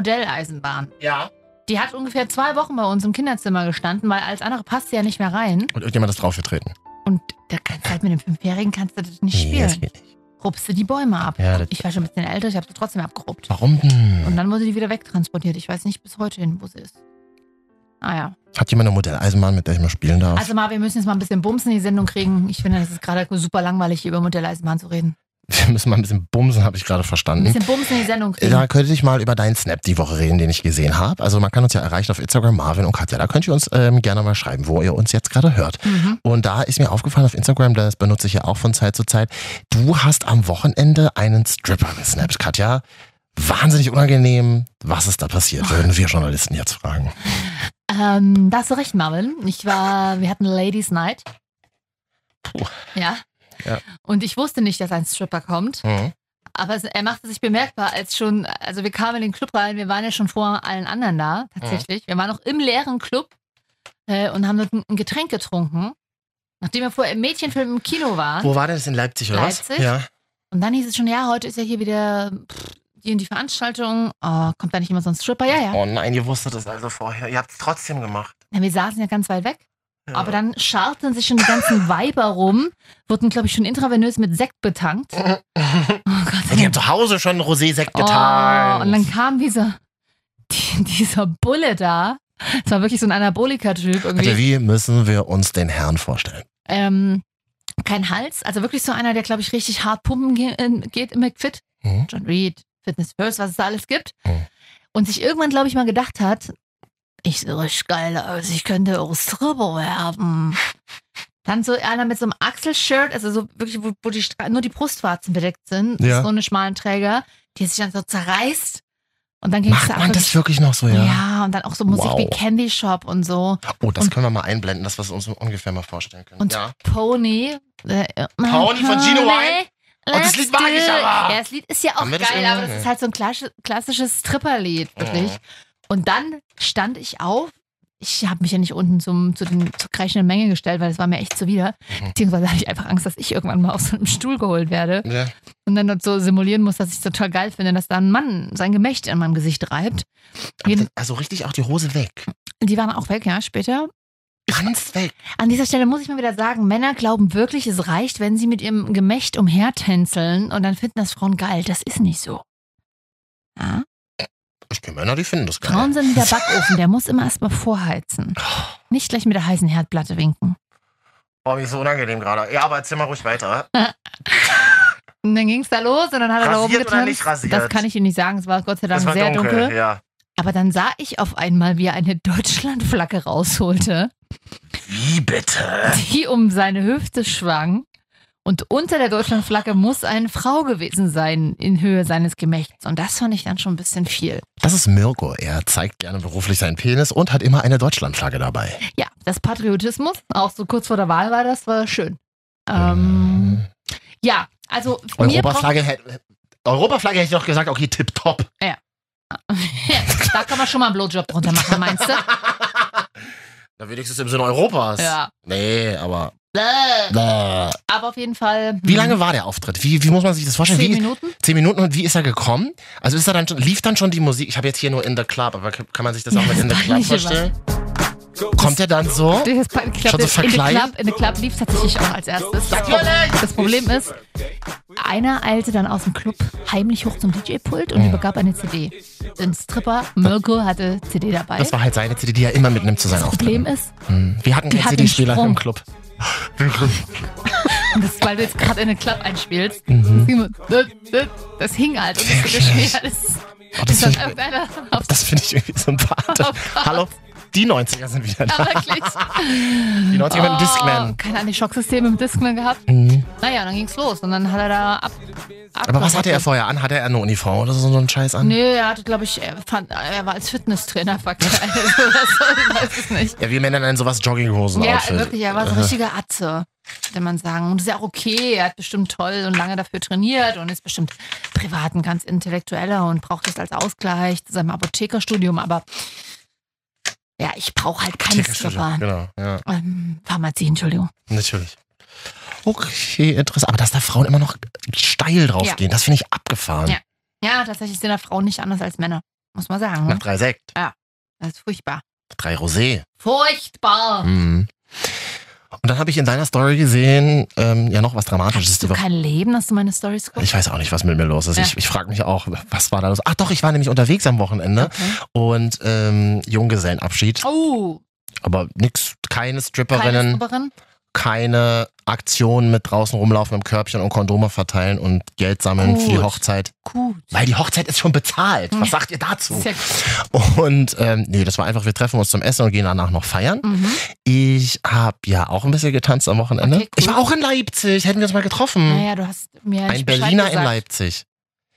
Speaker 2: Modelleisenbahn.
Speaker 1: Ja.
Speaker 2: Die hat ungefähr zwei Wochen bei uns im Kinderzimmer gestanden, weil als andere passt sie ja nicht mehr rein.
Speaker 1: Und irgendjemand ist draufgetreten.
Speaker 2: Und da kannst du halt mit dem Fünfjährigen kannst du das nicht
Speaker 1: Nee, das
Speaker 2: spielen.
Speaker 1: geht nicht.
Speaker 2: Rupst du die Bäume ab.
Speaker 1: Ja, das-
Speaker 2: ich war schon ein bisschen älter, ich habe sie trotzdem abgeruppt.
Speaker 1: Warum denn?
Speaker 2: Und dann wurde die wieder wegtransportiert. Ich weiß nicht bis heute hin, wo sie ist. Ah ja.
Speaker 1: Hat jemand eine Modelleisenbahn, mit der ich mal spielen darf?
Speaker 2: Also mal, wir müssen jetzt mal ein bisschen Bumsen in die Sendung kriegen. Ich finde, das ist gerade super langweilig, über Modelleisenbahn zu reden.
Speaker 1: Wir müssen mal ein bisschen bumsen, habe ich gerade
Speaker 2: Ein
Speaker 1: verstanden.
Speaker 2: bisschen Bumsen in die Sendung kriegen.
Speaker 1: Da könnte ich mal über deinen Snap die Woche reden, den ich gesehen habe. Also man kann uns ja erreichen auf Instagram, Marvin und Katja. Da könnt ihr uns ähm, gerne mal schreiben, wo ihr uns jetzt gerade hört.
Speaker 2: Mhm.
Speaker 1: Und da ist mir aufgefallen auf Instagram, das benutze ich ja auch von Zeit zu Zeit, du hast am Wochenende einen Stripper gesnappt, Katja. Wahnsinnig unangenehm. Was ist da
Speaker 2: Oh.
Speaker 1: passiert? Würden wir Journalisten jetzt fragen.
Speaker 2: Ähm, da hast du recht, Marvin. Ich war, wir hatten Ladies Night.
Speaker 1: Puh.
Speaker 2: Ja.
Speaker 1: Ja.
Speaker 2: Und ich wusste nicht, dass ein Stripper kommt.
Speaker 1: Mhm.
Speaker 2: Aber es, er machte sich bemerkbar, als schon, also wir kamen in den Club rein, wir waren ja schon vor allen anderen da,
Speaker 1: Mhm.
Speaker 2: tatsächlich. Wir waren noch im leeren Club äh, und haben dort ein, ein Getränk getrunken, nachdem wir vorher im Mädchenfilm im Kino waren.
Speaker 1: Wo war das? In Leipzig,
Speaker 2: oder was? Leipzig?
Speaker 1: Ja.
Speaker 2: Und dann hieß es schon, ja, heute ist ja hier wieder pff, die und die Veranstaltung. Oh, kommt da nicht immer so ein Stripper? Ja, ja.
Speaker 1: Oh nein, ihr wusstet es also vorher. Ihr habt es trotzdem gemacht.
Speaker 2: Ja, Wir saßen ja ganz weit weg. Aber dann scharten sich schon die ganzen Weiber rum, wurden, glaube ich, schon intravenös mit Sekt betankt. Oh Gott.
Speaker 1: Und ihr habt zu Hause schon Rosé-Sekt
Speaker 2: Oh, und
Speaker 1: getan.
Speaker 2: dann kam dieser, die, dieser Bulle da. Das war wirklich so ein Anabolika-Typ
Speaker 1: Katja,
Speaker 2: irgendwie.
Speaker 1: wie müssen wir uns den Herrn vorstellen?
Speaker 2: Ähm, kein Hals, also wirklich so einer, der, glaube ich, richtig hart pumpen ge äh, geht im McFit.
Speaker 1: Mhm.
Speaker 2: John Reed, Fitness First, was es da alles gibt.
Speaker 1: Mhm.
Speaker 2: Und sich irgendwann, glaube ich, mal gedacht hat, ich sehe richtig geil aus, ich könnte auch Stripper werben. Dann so einer mit so einem Achselshirt, also so wirklich, wo, wo die Stra nur die Brustwarzen bedeckt sind,
Speaker 1: Ja.
Speaker 2: so eine schmalen Träger, die sich dann so zerreißt. Und dann ging es
Speaker 1: Macht
Speaker 2: da
Speaker 1: man
Speaker 2: ab-
Speaker 1: das wirklich noch so, ja?
Speaker 2: ja. und dann auch so Musik
Speaker 1: Wow.
Speaker 2: wie Candy Shop und so.
Speaker 1: Oh, das
Speaker 2: Und-
Speaker 1: können wir mal einblenden, dass wir es uns ungefähr mal vorstellen können.
Speaker 2: Und
Speaker 1: ja.
Speaker 2: Pony. Äh,
Speaker 1: Pony von Gino Wine?
Speaker 2: Und
Speaker 1: das Lied mag ich aber.
Speaker 2: Ja, das Lied ist ja auch
Speaker 1: Haben wir das
Speaker 2: geil,
Speaker 1: irgendwie?
Speaker 2: aber das
Speaker 1: Nee.
Speaker 2: ist halt so ein klassisch- klassisches Stripperlied, wirklich.
Speaker 1: Mhm.
Speaker 2: Und dann stand ich auf. Ich habe mich ja nicht unten zum, zu den, zur kreischenden Menge gestellt, weil das war mir echt zuwider.
Speaker 1: Mhm.
Speaker 2: Beziehungsweise hatte ich einfach Angst, dass ich irgendwann mal aus einem Stuhl geholt werde
Speaker 1: Ja.
Speaker 2: und dann dort so simulieren muss, dass ich es total geil finde, dass da ein Mann sein Gemächt an meinem Gesicht reibt.
Speaker 1: Aber
Speaker 2: Jeden-
Speaker 1: das- Also richtig auch die Hose weg.
Speaker 2: Die waren auch weg, ja, später.
Speaker 1: Ganz weg.
Speaker 2: An dieser Stelle muss ich mal wieder sagen, Männer glauben wirklich, es reicht, wenn sie mit ihrem Gemächt umhertänzeln und dann finden das Frauen geil. Das ist nicht so. Ja?
Speaker 1: Ich kenne Männer, die finden das geil.
Speaker 2: Frauen sind wie der Backofen, der muss immer erstmal vorheizen. Nicht gleich mit der heißen Herdplatte winken.
Speaker 1: Oh, mir ist so unangenehm gerade. Ja, aber erzähl mal ruhig weiter.
Speaker 2: Und dann ging es da los und dann hat er da
Speaker 1: Rasiert oder
Speaker 2: rumgetanzt.
Speaker 1: nicht rasiert?
Speaker 2: Das kann ich Ihnen nicht sagen, es war Gott sei Dank sehr dunkel.
Speaker 1: Ja.
Speaker 2: Aber dann sah ich auf einmal, wie er eine Deutschlandflagge rausholte.
Speaker 1: Wie bitte?
Speaker 2: die um seine Hüfte schwang. Und unter der Deutschlandflagge muss eine Frau gewesen sein in Höhe seines Gemächts. Und das fand ich dann schon ein bisschen viel.
Speaker 1: Das ist Mirko. Er zeigt gerne beruflich seinen Penis und hat immer eine Deutschlandflagge dabei.
Speaker 2: Ja, das Patriotismus, auch so kurz vor der Wahl war das, war schön. Ähm, ja, also mir braucht,
Speaker 1: Europaflagge hätte. Europaflagge hätte ich doch gesagt, okay, tipptopp.
Speaker 2: da kann man schon mal einen Blowjob drunter machen, meinst du?
Speaker 1: Na, wenigstens im Sinne Europas.
Speaker 2: Ja.
Speaker 1: Nee, aber.
Speaker 2: Bäh.
Speaker 1: Bäh.
Speaker 2: Aber auf jeden Fall. hm,
Speaker 1: Wie lange war der Auftritt? Wie, wie muss man sich das vorstellen?
Speaker 2: Zehn
Speaker 1: Wie,
Speaker 2: Minuten?
Speaker 1: Zehn Minuten und wie ist er gekommen? Also ist er dann schon, lief dann schon die Musik? Ich habe jetzt hier nur In the Club, aber kann kann man sich das auch mit In the
Speaker 2: Das
Speaker 1: Club
Speaker 2: peinliche
Speaker 1: vorstellen? Kommt er dann so?
Speaker 2: Das ist bei-
Speaker 1: Schon so
Speaker 2: das- in the
Speaker 1: verkleidet?
Speaker 2: Club, in the Club lief tatsächlich auch als erstes. Das Problem ist, einer eilte dann aus dem Club heimlich hoch zum DJ-Pult und übergab eine CD. Ein Stripper, Mirko, hatte CD dabei.
Speaker 1: Das war halt seine CD, die er immer mitnimmt zu seinen
Speaker 2: das Problem
Speaker 1: Auftritten.
Speaker 2: ist,
Speaker 1: Hm. Wir hatten
Speaker 2: die
Speaker 1: keinen
Speaker 2: hat den
Speaker 1: CD-Spieler
Speaker 2: Sprung.
Speaker 1: im Club.
Speaker 2: und das, weil du jetzt gerade in den Club einspielst,
Speaker 1: Mhm.
Speaker 2: das, ging, so- das hing halt und das geschmiert. Das,
Speaker 1: Oh, das
Speaker 2: das hat
Speaker 1: finde
Speaker 2: irgendeiner auf
Speaker 1: ich, find ich irgendwie sympathisch.
Speaker 2: Oh Gott.
Speaker 1: Hallo? Die 90er sind wieder da.
Speaker 2: wirklich.
Speaker 1: Die 90er mit dem
Speaker 2: Oh
Speaker 1: Discman.
Speaker 2: Keine Ahnung, Schocksystem im Discman gehabt.
Speaker 1: Mhm.
Speaker 2: Naja, dann ging's los und dann hat er da ab.
Speaker 1: Aber was hatte er vorher an? Hatte er eine Uniform oder so, so einen Scheiß an?
Speaker 2: Nö, er hatte, glaube ich, er, fand, er war als Fitnesstrainer verkleidet oder so, ich weiß es nicht.
Speaker 1: Ja, wir Männer nennen sowas Jogginghosen
Speaker 2: Ja,
Speaker 1: Outfit.
Speaker 2: wirklich, er war so ein richtiger Atze, würde man sagen. Und das ist ja auch okay, er hat bestimmt toll und lange dafür trainiert und ist bestimmt privat ein ganz Intellektueller und braucht das als Ausgleich zu seinem Apothekerstudium. Aber ja, ich brauche halt keinen
Speaker 1: Tickerstudio,
Speaker 2: Stripper.
Speaker 1: Genau, ja.
Speaker 2: Ähm, Pharmazie, Entschuldigung.
Speaker 1: Natürlich. Okay, interessant. Aber dass da Frauen immer noch steil draufgehen, das finde ich abgefahren.
Speaker 2: Ja. Ja, tatsächlich sind da Frauen nicht anders als Männer, muss man sagen.
Speaker 1: Nach
Speaker 2: Ne?
Speaker 1: drei Sekt,
Speaker 2: Das ist furchtbar.
Speaker 1: drei Rosé.
Speaker 2: Furchtbar!
Speaker 1: Mhm. Und dann habe ich in deiner Story gesehen, ähm, ja noch was Dramatisches.
Speaker 2: Hast du
Speaker 1: die Woche.
Speaker 2: kein Leben, dass du meine Stories guckst?
Speaker 1: Ich weiß auch nicht, was mit mir los ist.
Speaker 2: Ja.
Speaker 1: Ich, ich frage mich auch, was war da los? Ach doch, ich war nämlich unterwegs am Wochenende und ähm, Junggesellenabschied.
Speaker 2: Oh,
Speaker 1: Aber nix, keine
Speaker 2: keine
Speaker 1: Stripperinnen,
Speaker 2: Stripperin?
Speaker 1: keine, Aktion mit draußen rumlaufen im Körbchen und Kondome verteilen und Geld sammeln für die
Speaker 2: Gut.
Speaker 1: Hochzeit.
Speaker 2: Gut.
Speaker 1: Weil die Hochzeit ist schon bezahlt. Was
Speaker 2: Ja.
Speaker 1: sagt ihr dazu?
Speaker 2: Sehr gut.
Speaker 1: Und ähm, nee, das war einfach, wir treffen uns zum Essen und gehen danach noch feiern.
Speaker 2: Mhm.
Speaker 1: Ich habe ja auch ein bisschen getanzt am Wochenende.
Speaker 2: Okay, cool.
Speaker 1: Ich war auch in Leipzig, hätten wir uns mal getroffen.
Speaker 2: Naja, du hast mir
Speaker 1: ein
Speaker 2: nicht Bescheid
Speaker 1: Berliner
Speaker 2: gesagt.
Speaker 1: in Leipzig.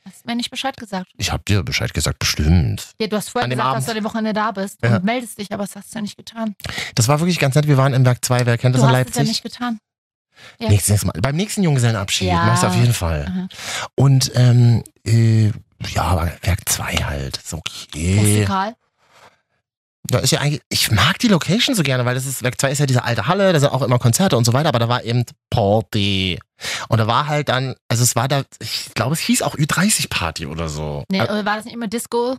Speaker 2: Hast mir nicht Bescheid gesagt.
Speaker 1: Ich habe dir Bescheid gesagt, bestimmt.
Speaker 2: Ja, du hast vorher
Speaker 1: An dem
Speaker 2: gesagt,
Speaker 1: Abend.
Speaker 2: dass du an dem Wochenende da bist
Speaker 1: Ja.
Speaker 2: und meldest dich, aber das hast du ja nicht getan.
Speaker 1: Das war wirklich ganz nett. Wir waren im Werk 2. Wer kennt das
Speaker 2: du
Speaker 1: in
Speaker 2: hast
Speaker 1: Leipzig?
Speaker 2: es ja nicht getan. ja.
Speaker 1: Nächstes, nächstes Mal. Beim nächsten Junggesellenabschied
Speaker 2: Ja.
Speaker 1: machst du auf jeden Fall.
Speaker 2: Mhm.
Speaker 1: Und ähm, äh, ja, aber Werk 2 halt. Ist okay.
Speaker 2: Musikal.
Speaker 1: Da ist ja eigentlich, ich mag die Location so gerne, weil das ist, Werk 2 ist ja diese alte Halle, da sind auch immer Konzerte und so weiter, aber da war eben Party. Und da war halt dann, also es war da, ich glaube, es hieß auch Ü30-Party oder so.
Speaker 2: Nee,
Speaker 1: Äh,
Speaker 2: oder war das nicht immer Disco?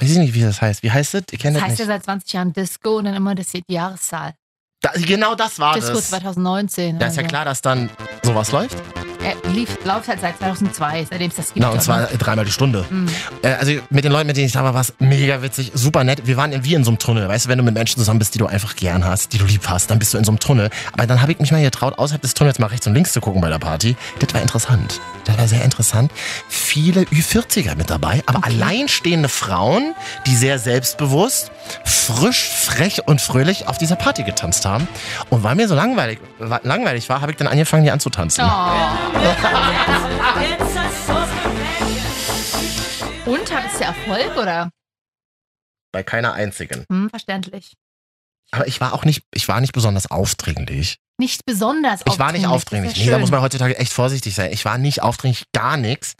Speaker 1: weiß ich nicht, wie das heißt. Wie heißt das? Ihr kennt
Speaker 2: Das
Speaker 1: das
Speaker 2: heißt ja
Speaker 1: nicht.
Speaker 2: seit 20 Jahren Disco und dann immer das die Jahreszahl.
Speaker 1: Da, genau das war
Speaker 2: Disco
Speaker 1: das.
Speaker 2: 2019.
Speaker 1: Da ist ja
Speaker 2: oder so.
Speaker 1: klar, dass dann sowas läuft.
Speaker 2: Er lief, läuft halt seit 2002, seitdem es das gibt.
Speaker 1: Na, und
Speaker 2: oder?
Speaker 1: zwar dreimal die Stunde.
Speaker 2: Mhm.
Speaker 1: Äh, also mit den Leuten, mit denen ich da war, war es mega witzig, super nett. Wir waren in, wie in so einem Tunnel. Weißt du, wenn du mit Menschen zusammen bist, die du einfach gern hast, die du lieb hast, dann bist du in so einem Tunnel. Aber dann habe ich mich mal getraut, außerhalb des Tunnels mal rechts und links zu gucken bei der Party. Das war interessant. Das war sehr interessant. Viele Ü40er mit dabei, aber alleinstehende Frauen, die sehr selbstbewusst, frisch, frech und fröhlich auf dieser Party getanzt haben. Und weil mir so langweilig, langweilig war, habe ich dann angefangen, die anzutanzen.
Speaker 2: Und hattest du Erfolg oder?
Speaker 1: Bei keiner einzigen.
Speaker 2: Hm, verständlich.
Speaker 1: Aber ich war auch nicht, ich war nicht besonders aufdringlich.
Speaker 2: Nicht besonders
Speaker 1: Ich war nicht aufdringlich.
Speaker 2: Das ist
Speaker 1: Nee,
Speaker 2: ja
Speaker 1: da muss
Speaker 2: schön.
Speaker 1: man heutzutage echt vorsichtig sein. Ich war nicht aufdringlich, gar nichts.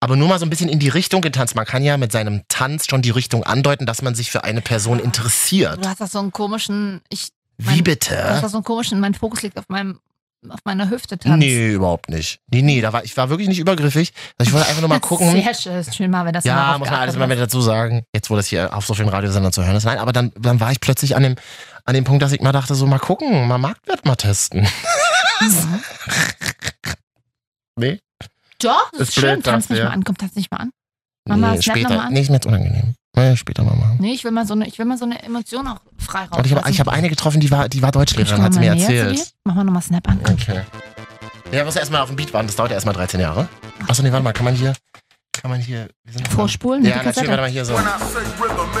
Speaker 1: Aber nur mal so ein bisschen in die Richtung getanzt. Man kann ja mit seinem Tanz schon die Richtung andeuten, dass man sich für eine Person interessiert.
Speaker 2: Du hast doch so einen komischen, ich,
Speaker 1: Wie
Speaker 2: du hast
Speaker 1: bitte?
Speaker 2: doch so einen komischen, mein Fokus liegt auf meinem, auf meiner Hüfte tanzen.
Speaker 1: Nee, überhaupt nicht. Nee, nee, da war, ich war wirklich nicht übergriffig. Also Ich wollte einfach nur mal gucken.
Speaker 2: Sehr schön, ist schön mal, wenn das
Speaker 1: Ja,
Speaker 2: mal
Speaker 1: muss man halt alles immer wieder
Speaker 2: mit.
Speaker 1: dazu sagen. Jetzt, wo das hier auf so vielen Radiosendern zu hören ist. Nein, aber dann, dann war ich plötzlich an dem, an dem Punkt, dass ich mal dachte, so mal gucken, mal Marktwert mal testen.
Speaker 2: Mhm.
Speaker 1: Nee?
Speaker 2: Doch, das ist,
Speaker 1: Ist
Speaker 2: schön.
Speaker 1: blöd,
Speaker 2: Tanz nicht
Speaker 1: ja.
Speaker 2: mal an, komm, tanz nicht mal an. Mama,
Speaker 1: nee,
Speaker 2: es nervt nochmal
Speaker 1: später.
Speaker 2: an.
Speaker 1: Nee, ist mir jetzt unangenehm. Naja, später mal machen.
Speaker 2: Nee, ich will mal so eine, ich will mal so eine Emotion auch frei raus.
Speaker 1: Und ich habe ich hab eine getroffen, die war, die war Deutschlehrerin, hat sie mir erzählt.
Speaker 2: Machen wir nochmal Snap an. komm.
Speaker 1: Okay. Ja, muss erstmal auf dem Beat warten, das dauert ja erstmal 13 Jahre. Achso, nee, warte mal, kann man hier. Kann man hier. Wir sind noch dran.
Speaker 2: Vorspulen mit
Speaker 1: Ja,
Speaker 2: der
Speaker 1: natürlich,
Speaker 2: Kassette?
Speaker 1: warte mal hier so.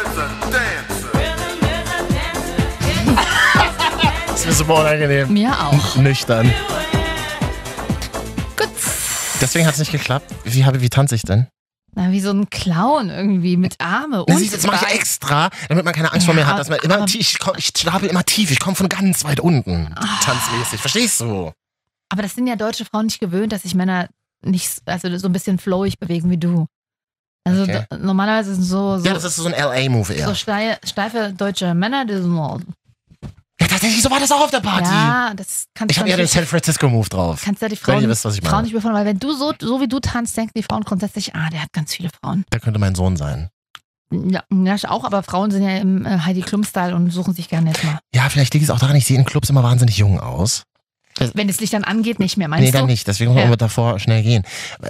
Speaker 1: Das ist mir super unangenehm.
Speaker 2: Mir auch.
Speaker 1: Nüchtern.
Speaker 2: Gut.
Speaker 1: Deswegen hat es nicht geklappt. Wie, habe, wie tanze ich denn?
Speaker 2: Na, wie so ein Clown irgendwie mit Arme.
Speaker 1: Na,
Speaker 2: und Ah.
Speaker 1: siehst, du, das mache ich
Speaker 2: Bein.
Speaker 1: extra, damit man keine Angst vor
Speaker 2: Ja,
Speaker 1: mir hat. Dass man immer
Speaker 2: aber-
Speaker 1: tief, ich, komm, ich stapel immer tief, ich komme von ganz weit unten.
Speaker 2: Ah.
Speaker 1: Tanzmäßig, verstehst du?
Speaker 2: Aber das sind ja deutsche Frauen nicht gewöhnt, dass sich Männer nicht, s- also so ein bisschen flowig bewegen wie du. Also
Speaker 1: Okay.
Speaker 2: d- normalerweise sind so, so,
Speaker 1: Ja, das ist so ein LA-Move eher.
Speaker 2: so stei- steife deutsche Männer, die so,
Speaker 1: Ja, tatsächlich, so war das auch auf der Party.
Speaker 2: ja, das kannst
Speaker 1: Ah, Ich
Speaker 2: du
Speaker 1: habe eher den
Speaker 2: nicht.
Speaker 1: San Francisco-Move drauf.
Speaker 2: Kannst ja die
Speaker 1: Wenn
Speaker 2: Frauen,
Speaker 1: ihr wisst, was ich meine.
Speaker 2: Frauen nicht bevor, weil wenn du so, so wie du tanzt, denken die Frauen grundsätzlich, ah, der hat ganz viele Frauen.
Speaker 1: Der könnte mein Sohn sein.
Speaker 2: Ja, ja, auch, aber Frauen sind ja im äh, Heidi Klum-Style und suchen sich gerne jetzt mal.
Speaker 1: Ja, vielleicht liegt es auch daran, ich sehe in Clubs immer wahnsinnig jung aus.
Speaker 2: Wenn das Licht dann angeht, nicht mehr, meinst
Speaker 1: nee,
Speaker 2: du?
Speaker 1: dann nicht. Deswegen muss
Speaker 2: Ja.
Speaker 1: man davor schnell gehen.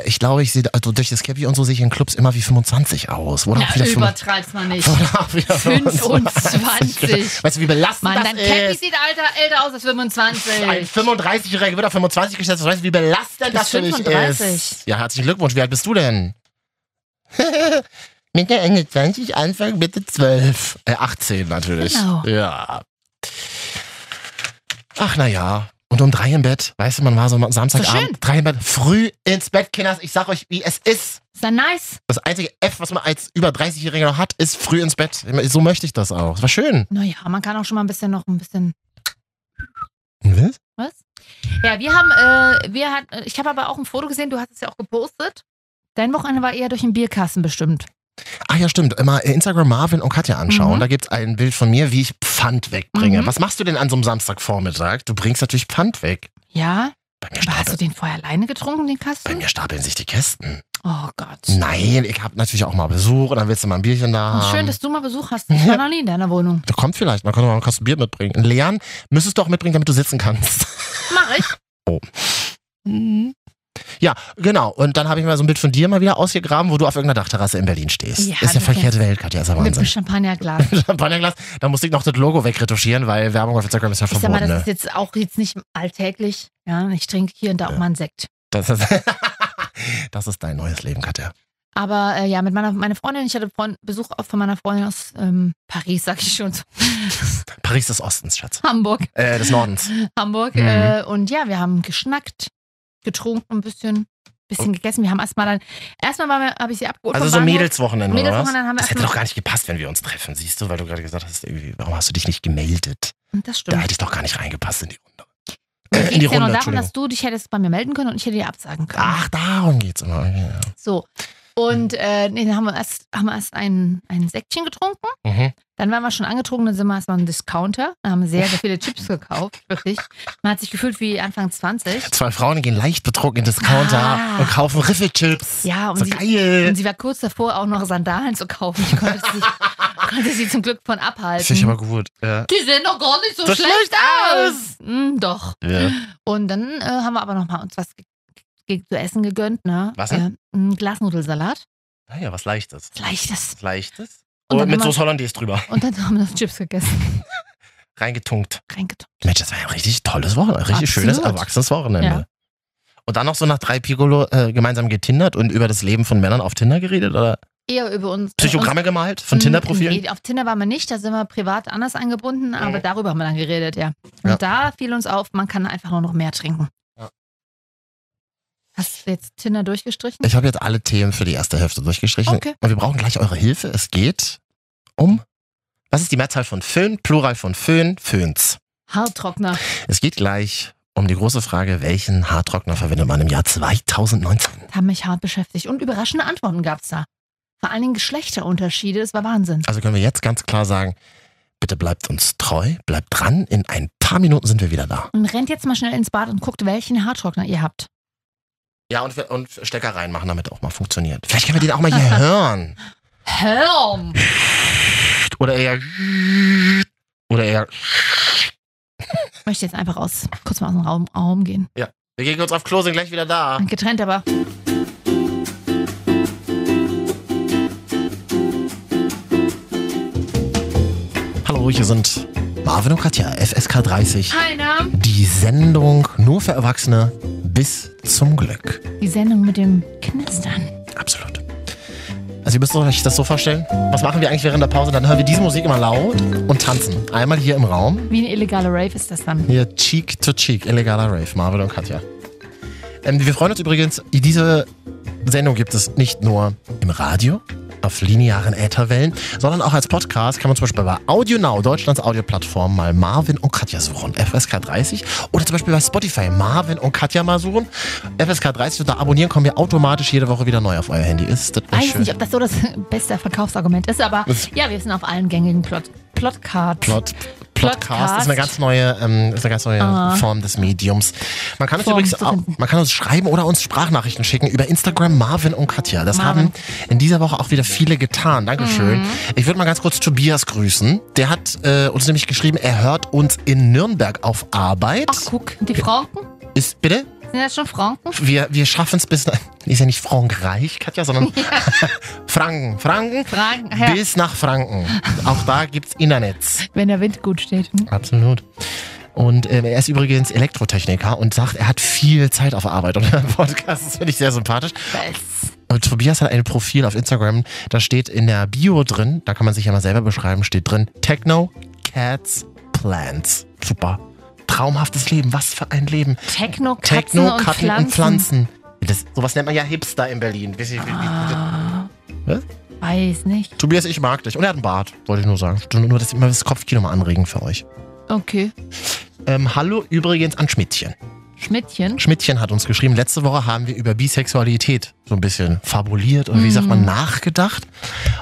Speaker 1: Ich glaube, ich sehe, also durch das Cappy und so sehe ich in Clubs immer wie 25 aus. Oder auch
Speaker 2: Ja,
Speaker 1: wieder 25.
Speaker 2: übertreib's mal nicht.
Speaker 1: Oder auch wieder
Speaker 2: 25.
Speaker 1: Weißt du, wie belastend
Speaker 2: Mann,
Speaker 1: das
Speaker 2: dein Cappy
Speaker 1: ist?
Speaker 2: sieht alter, älter aus als
Speaker 1: Ein
Speaker 2: 25.
Speaker 1: 35-Jähriger wird auf 25 gestellt. Weißt du, wie belastend
Speaker 2: Bis
Speaker 1: das für mich
Speaker 2: 35.
Speaker 1: ist? Ja, herzlichen Glückwunsch. Wie alt bist du denn? Mitte, Ende 20, Anfang, Mitte 12. Äh, 18 natürlich.
Speaker 2: Genau.
Speaker 1: Ja. Ach, na ja. Und um drei im Bett, weißt du, man war so am Samstagabend,
Speaker 2: schön.
Speaker 1: drei im Bett, früh ins Bett, Kinders. Ich sag euch, wie es ist.
Speaker 2: Ist dann nice.
Speaker 1: Das einzige F, was man als über 30-Jähriger noch hat, ist früh ins Bett. So möchte ich das auch. Es war schön.
Speaker 2: Naja, man kann auch schon mal ein bisschen noch ein bisschen.
Speaker 1: Was?
Speaker 2: Was? Ja, wir haben, äh, wir hat, ich habe aber auch ein Foto gesehen, du hast es ja auch gepostet. Dein Wochenende war eher durch den Bierkasten bestimmt.
Speaker 1: Ach ja, stimmt. Immer äh, Instagram Marvin und Katja anschauen.
Speaker 2: Mhm.
Speaker 1: Da gibt's ein Bild von mir, wie ich Pfand wegbringe.
Speaker 2: Mhm.
Speaker 1: Was machst du denn an so einem Samstagvormittag? Du bringst natürlich Pfand weg.
Speaker 2: Ja?
Speaker 1: Bei mir,
Speaker 2: Aber hast du
Speaker 1: stapeln,
Speaker 2: den vorher alleine getrunken, den
Speaker 1: bei
Speaker 2: Kasten?
Speaker 1: mir stapeln sich die Kästen.
Speaker 2: Oh Gott.
Speaker 1: Nein, ich habe natürlich auch mal Besuch und dann willst du mal ein Bierchen da haben.
Speaker 2: Schön, dass du mal Besuch hast. Ich war noch nie in deiner Wohnung.
Speaker 1: da kommt vielleicht, man könnte mal einen Kasten Bier mitbringen. Einen leeren müsstest du auch mitbringen, damit du sitzen kannst.
Speaker 2: Mach ich.
Speaker 1: Oh.
Speaker 2: Mhm.
Speaker 1: Ja, genau. Und dann habe ich mal so ein Bild von dir mal wieder ausgegraben, wo du auf irgendeiner Dachterrasse in Berlin stehst.
Speaker 2: Ja,
Speaker 1: ist ja
Speaker 2: das
Speaker 1: verkehrte Welt, Katja, ist ja
Speaker 2: Mit einem
Speaker 1: Wahnsinn.
Speaker 2: Champagnerglas.
Speaker 1: Champagnerglas, da musste ich noch das Logo wegretuschieren, weil Werbung auf Instagram ist ja
Speaker 2: Ich sag mal,
Speaker 1: verboten.
Speaker 2: das
Speaker 1: ne?
Speaker 2: ist jetzt auch jetzt nicht alltäglich. Ja, ich trinke hier und da auch mal einen Sekt.
Speaker 1: Das ist, das ist dein neues Leben, Katja.
Speaker 2: Aber äh, ja, mit meiner meine Freundin, ich hatte Freund, Besuch auch von meiner Freundin aus ähm, Paris, sag ich schon,
Speaker 1: Paris des Ostens, Schatz.
Speaker 2: Hamburg.
Speaker 1: Äh, des Nordens.
Speaker 2: Hamburg.
Speaker 1: Mhm.
Speaker 2: Äh, und ja, wir haben geschnackt, getrunken ein bisschen, bisschen gegessen. Wir haben erstmal dann, erstmal waren wir- habe ich sie abgeholt.
Speaker 1: Also
Speaker 2: vom
Speaker 1: so
Speaker 2: Bahnhof.
Speaker 1: Mädelswochenende, oder was?
Speaker 2: Mädelswochenende haben wir
Speaker 1: Das hätte
Speaker 2: erstmal-
Speaker 1: doch gar nicht gepasst, wenn wir uns treffen, siehst du, weil du gerade gesagt hast, irgendwie, warum hast du dich nicht gemeldet?
Speaker 2: Und Das stimmt.
Speaker 1: Da hätte ich doch gar nicht reingepasst in die Runde.
Speaker 2: Mir
Speaker 1: in die
Speaker 2: ging's ja
Speaker 1: Runde,
Speaker 2: nur darum,
Speaker 1: Entschuldigung.
Speaker 2: dass du dich hättest bei mir melden können und ich hätte dir absagen können.
Speaker 1: Ach, darum geht's immer. Okay, ja.
Speaker 2: So. Und äh, nee, dann haben wir erst, haben wir erst ein, ein Säckchen getrunken.
Speaker 1: Mhm.
Speaker 2: Dann waren wir schon angetrunken, dann sind wir erstmal einen Discounter. Da haben sehr, sehr viele Chips gekauft, wirklich. Man hat sich gefühlt wie Anfang 20.
Speaker 1: Zwei Frauen gehen leicht betrunken in Discounter
Speaker 2: Ah.
Speaker 1: und kaufen Riffelchips.
Speaker 2: Ja, und
Speaker 1: so
Speaker 2: sie,
Speaker 1: geil.
Speaker 2: und sie war kurz davor, auch noch Sandalen zu kaufen. Ich konnte sie, konnte sie zum Glück von abhalten.
Speaker 1: Finde ich aber gut. Ja.
Speaker 2: die sehen doch gar nicht so,
Speaker 1: So
Speaker 2: schlecht,
Speaker 1: schlecht
Speaker 2: aus. Hm, doch.
Speaker 1: Ja.
Speaker 2: Und dann äh, haben wir aber nochmal uns was ge ge zu essen gegönnt. Ne?
Speaker 1: Was
Speaker 2: Äh,
Speaker 1: denn?
Speaker 2: ein Glasnudelsalat.
Speaker 1: Naja, was Leichtes.
Speaker 2: Was Leichtes.
Speaker 1: Was Leichtes.
Speaker 2: Und
Speaker 1: Und,
Speaker 2: dann
Speaker 1: mit
Speaker 2: haben wir-
Speaker 1: Soße Hollandaise drüber.
Speaker 2: Und dann haben wir noch Chips gegessen.
Speaker 1: Reingetunkt.
Speaker 2: Reingetunkt.
Speaker 1: Mensch, das war ja ein richtig tolles Wochenende. Richtig
Speaker 2: Absolut.
Speaker 1: schönes, erwachsenes Wochenende.
Speaker 2: Ja.
Speaker 1: Und dann noch so nach drei Piccolo äh, gemeinsam getindert und über das Leben von Männern auf Tinder geredet oder
Speaker 2: Eher über uns.
Speaker 1: Psychogramme gemalt von
Speaker 2: uns-
Speaker 1: Tinder-Profilen?
Speaker 2: Äh, Mm, Nee, auf Tinder waren wir nicht, da sind wir privat anders angebunden, aber
Speaker 1: Mhm.
Speaker 2: darüber haben wir dann geredet, ja. Und
Speaker 1: Ja.
Speaker 2: da fiel uns auf, man kann einfach nur noch mehr trinken.
Speaker 1: Ja.
Speaker 2: Hast du jetzt Tinder durchgestrichen?
Speaker 1: Ich habe jetzt alle Themen für die erste Hälfte durchgestrichen.
Speaker 2: Okay.
Speaker 1: Und wir brauchen gleich eure Hilfe. Es geht um. Was ist die Mehrzahl von Föhn? Plural von Föhn, Föhns.
Speaker 2: Haartrockner.
Speaker 1: Es geht gleich um die große Frage, welchen Haartrockner verwendet man im Jahr 2019?
Speaker 2: Haben mich hart beschäftigt. Und überraschende Antworten gab es da. Vor allen Dingen Geschlechterunterschiede, das war Wahnsinn.
Speaker 1: Also können wir jetzt ganz klar sagen, bitte bleibt uns treu, bleibt dran. In ein paar Minuten sind wir wieder da.
Speaker 2: Und rennt jetzt mal schnell ins Bad und guckt, welchen Haartrockner ihr habt.
Speaker 1: Ja, und, und Stecker reinmachen, damit auch mal funktioniert. Vielleicht können wir den auch mal hier hören.
Speaker 2: Helm!
Speaker 1: Oder eher. Oder eher.
Speaker 2: Ich möchte jetzt einfach aus, kurz mal aus dem Raum, Raum gehen.
Speaker 1: Wir gehen kurz auf Klo, sind gleich wieder da.
Speaker 2: Getrennt, aber
Speaker 1: Hallo, hier sind Marvin und Katja, FSK 30.
Speaker 2: keiner.
Speaker 1: Die Sendung nur für Erwachsene bis zum Glück.
Speaker 2: Die Sendung mit dem Knistern.
Speaker 1: Absolut. Also ihr müsst euch das so vorstellen. Was machen wir eigentlich während der Pause? Dann hören wir diese Musik immer laut und tanzen. Einmal hier im Raum
Speaker 2: Wie eine illegale Rave ist das dann.
Speaker 1: Hier Cheek to Cheek, illegaler Rave, Marvin und Katja. Ähm, wir freuen uns übrigens, diese Sendung gibt es nicht nur im Radio, auf linearen Ätherwellen, sondern auch als Podcast kann man zum Beispiel bei AudioNow, Deutschlands Audioplattform, mal Marvin und Katja suchen, FSK 30. Oder zum Beispiel bei Spotify Marvin und Katja mal suchen, FSK 30 und da abonnieren, kommen wir automatisch jede Woche wieder neu auf euer Handy. Ist das
Speaker 2: Weiß
Speaker 1: nicht schön?
Speaker 2: nicht, ob das so das beste Verkaufsargument ist, aber
Speaker 1: Was?
Speaker 2: ja, wir sind auf allen gängigen Plot Plotcards.
Speaker 1: Plot,
Speaker 2: Plotcast.
Speaker 1: Plotcast ist eine ganz neue, ähm, ist eine ganz neue
Speaker 2: Ah.
Speaker 1: Form des Mediums. Man kann uns
Speaker 2: Form
Speaker 1: übrigens
Speaker 2: zu
Speaker 1: auch,
Speaker 2: finden.
Speaker 1: man kann uns schreiben oder uns Sprachnachrichten schicken über Instagram Marvin und Katja. Das
Speaker 2: Marvin. Mhm.
Speaker 1: haben in dieser Woche auch wieder viele getan. Dankeschön. Ich würde mal ganz kurz Tobias grüßen. Der hat äh, uns nämlich geschrieben, er hört uns in Nürnberg auf Arbeit.
Speaker 2: Ach, guck, die Franken?
Speaker 1: Ist bitte?
Speaker 2: Sind das schon Franken?
Speaker 1: Wir, wir schaffen es bis. Ist ja nicht Frankreich, Katja, sondern Franken. Franken.
Speaker 2: Fragen, Herr,
Speaker 1: Bis nach Franken. Auch da gibt's Internets.
Speaker 2: wenn der Wind gut steht. Hm?
Speaker 1: Absolut. Und ähm, er ist übrigens Elektrotechniker und sagt, er hat viel Zeit auf der Arbeit und im Podcast. Das finde ich sehr sympathisch. Und Tobias hat ein Profil auf Instagram, da steht in der Bio drin, da kann man sich ja mal selber beschreiben, steht drin Techno, Cats, Plants. Super. Traumhaftes Leben, was für ein Leben.
Speaker 2: Techno, Katzen,
Speaker 1: Techno,
Speaker 2: und,
Speaker 1: Katzen
Speaker 2: Pflanzen.
Speaker 1: und Pflanzen. Das, sowas nennt man ja Hipster in Berlin. Wisst ihr, wie- wie-
Speaker 2: Ah,
Speaker 1: Was?
Speaker 2: Weiß nicht.
Speaker 1: Tobias, ich mag dich. Und er hat einen Bart, wollte ich nur sagen. Nur, dass ich mal das Kopfkino mal anregen für euch.
Speaker 2: Okay.
Speaker 1: Ähm, hallo übrigens an Schmidtchen.
Speaker 2: Schmidtchen.
Speaker 1: Schmidtchen hat uns geschrieben, letzte Woche haben wir über Bisexualität so ein bisschen fabuliert oder wie sagt
Speaker 2: Mhm.
Speaker 1: man, nachgedacht.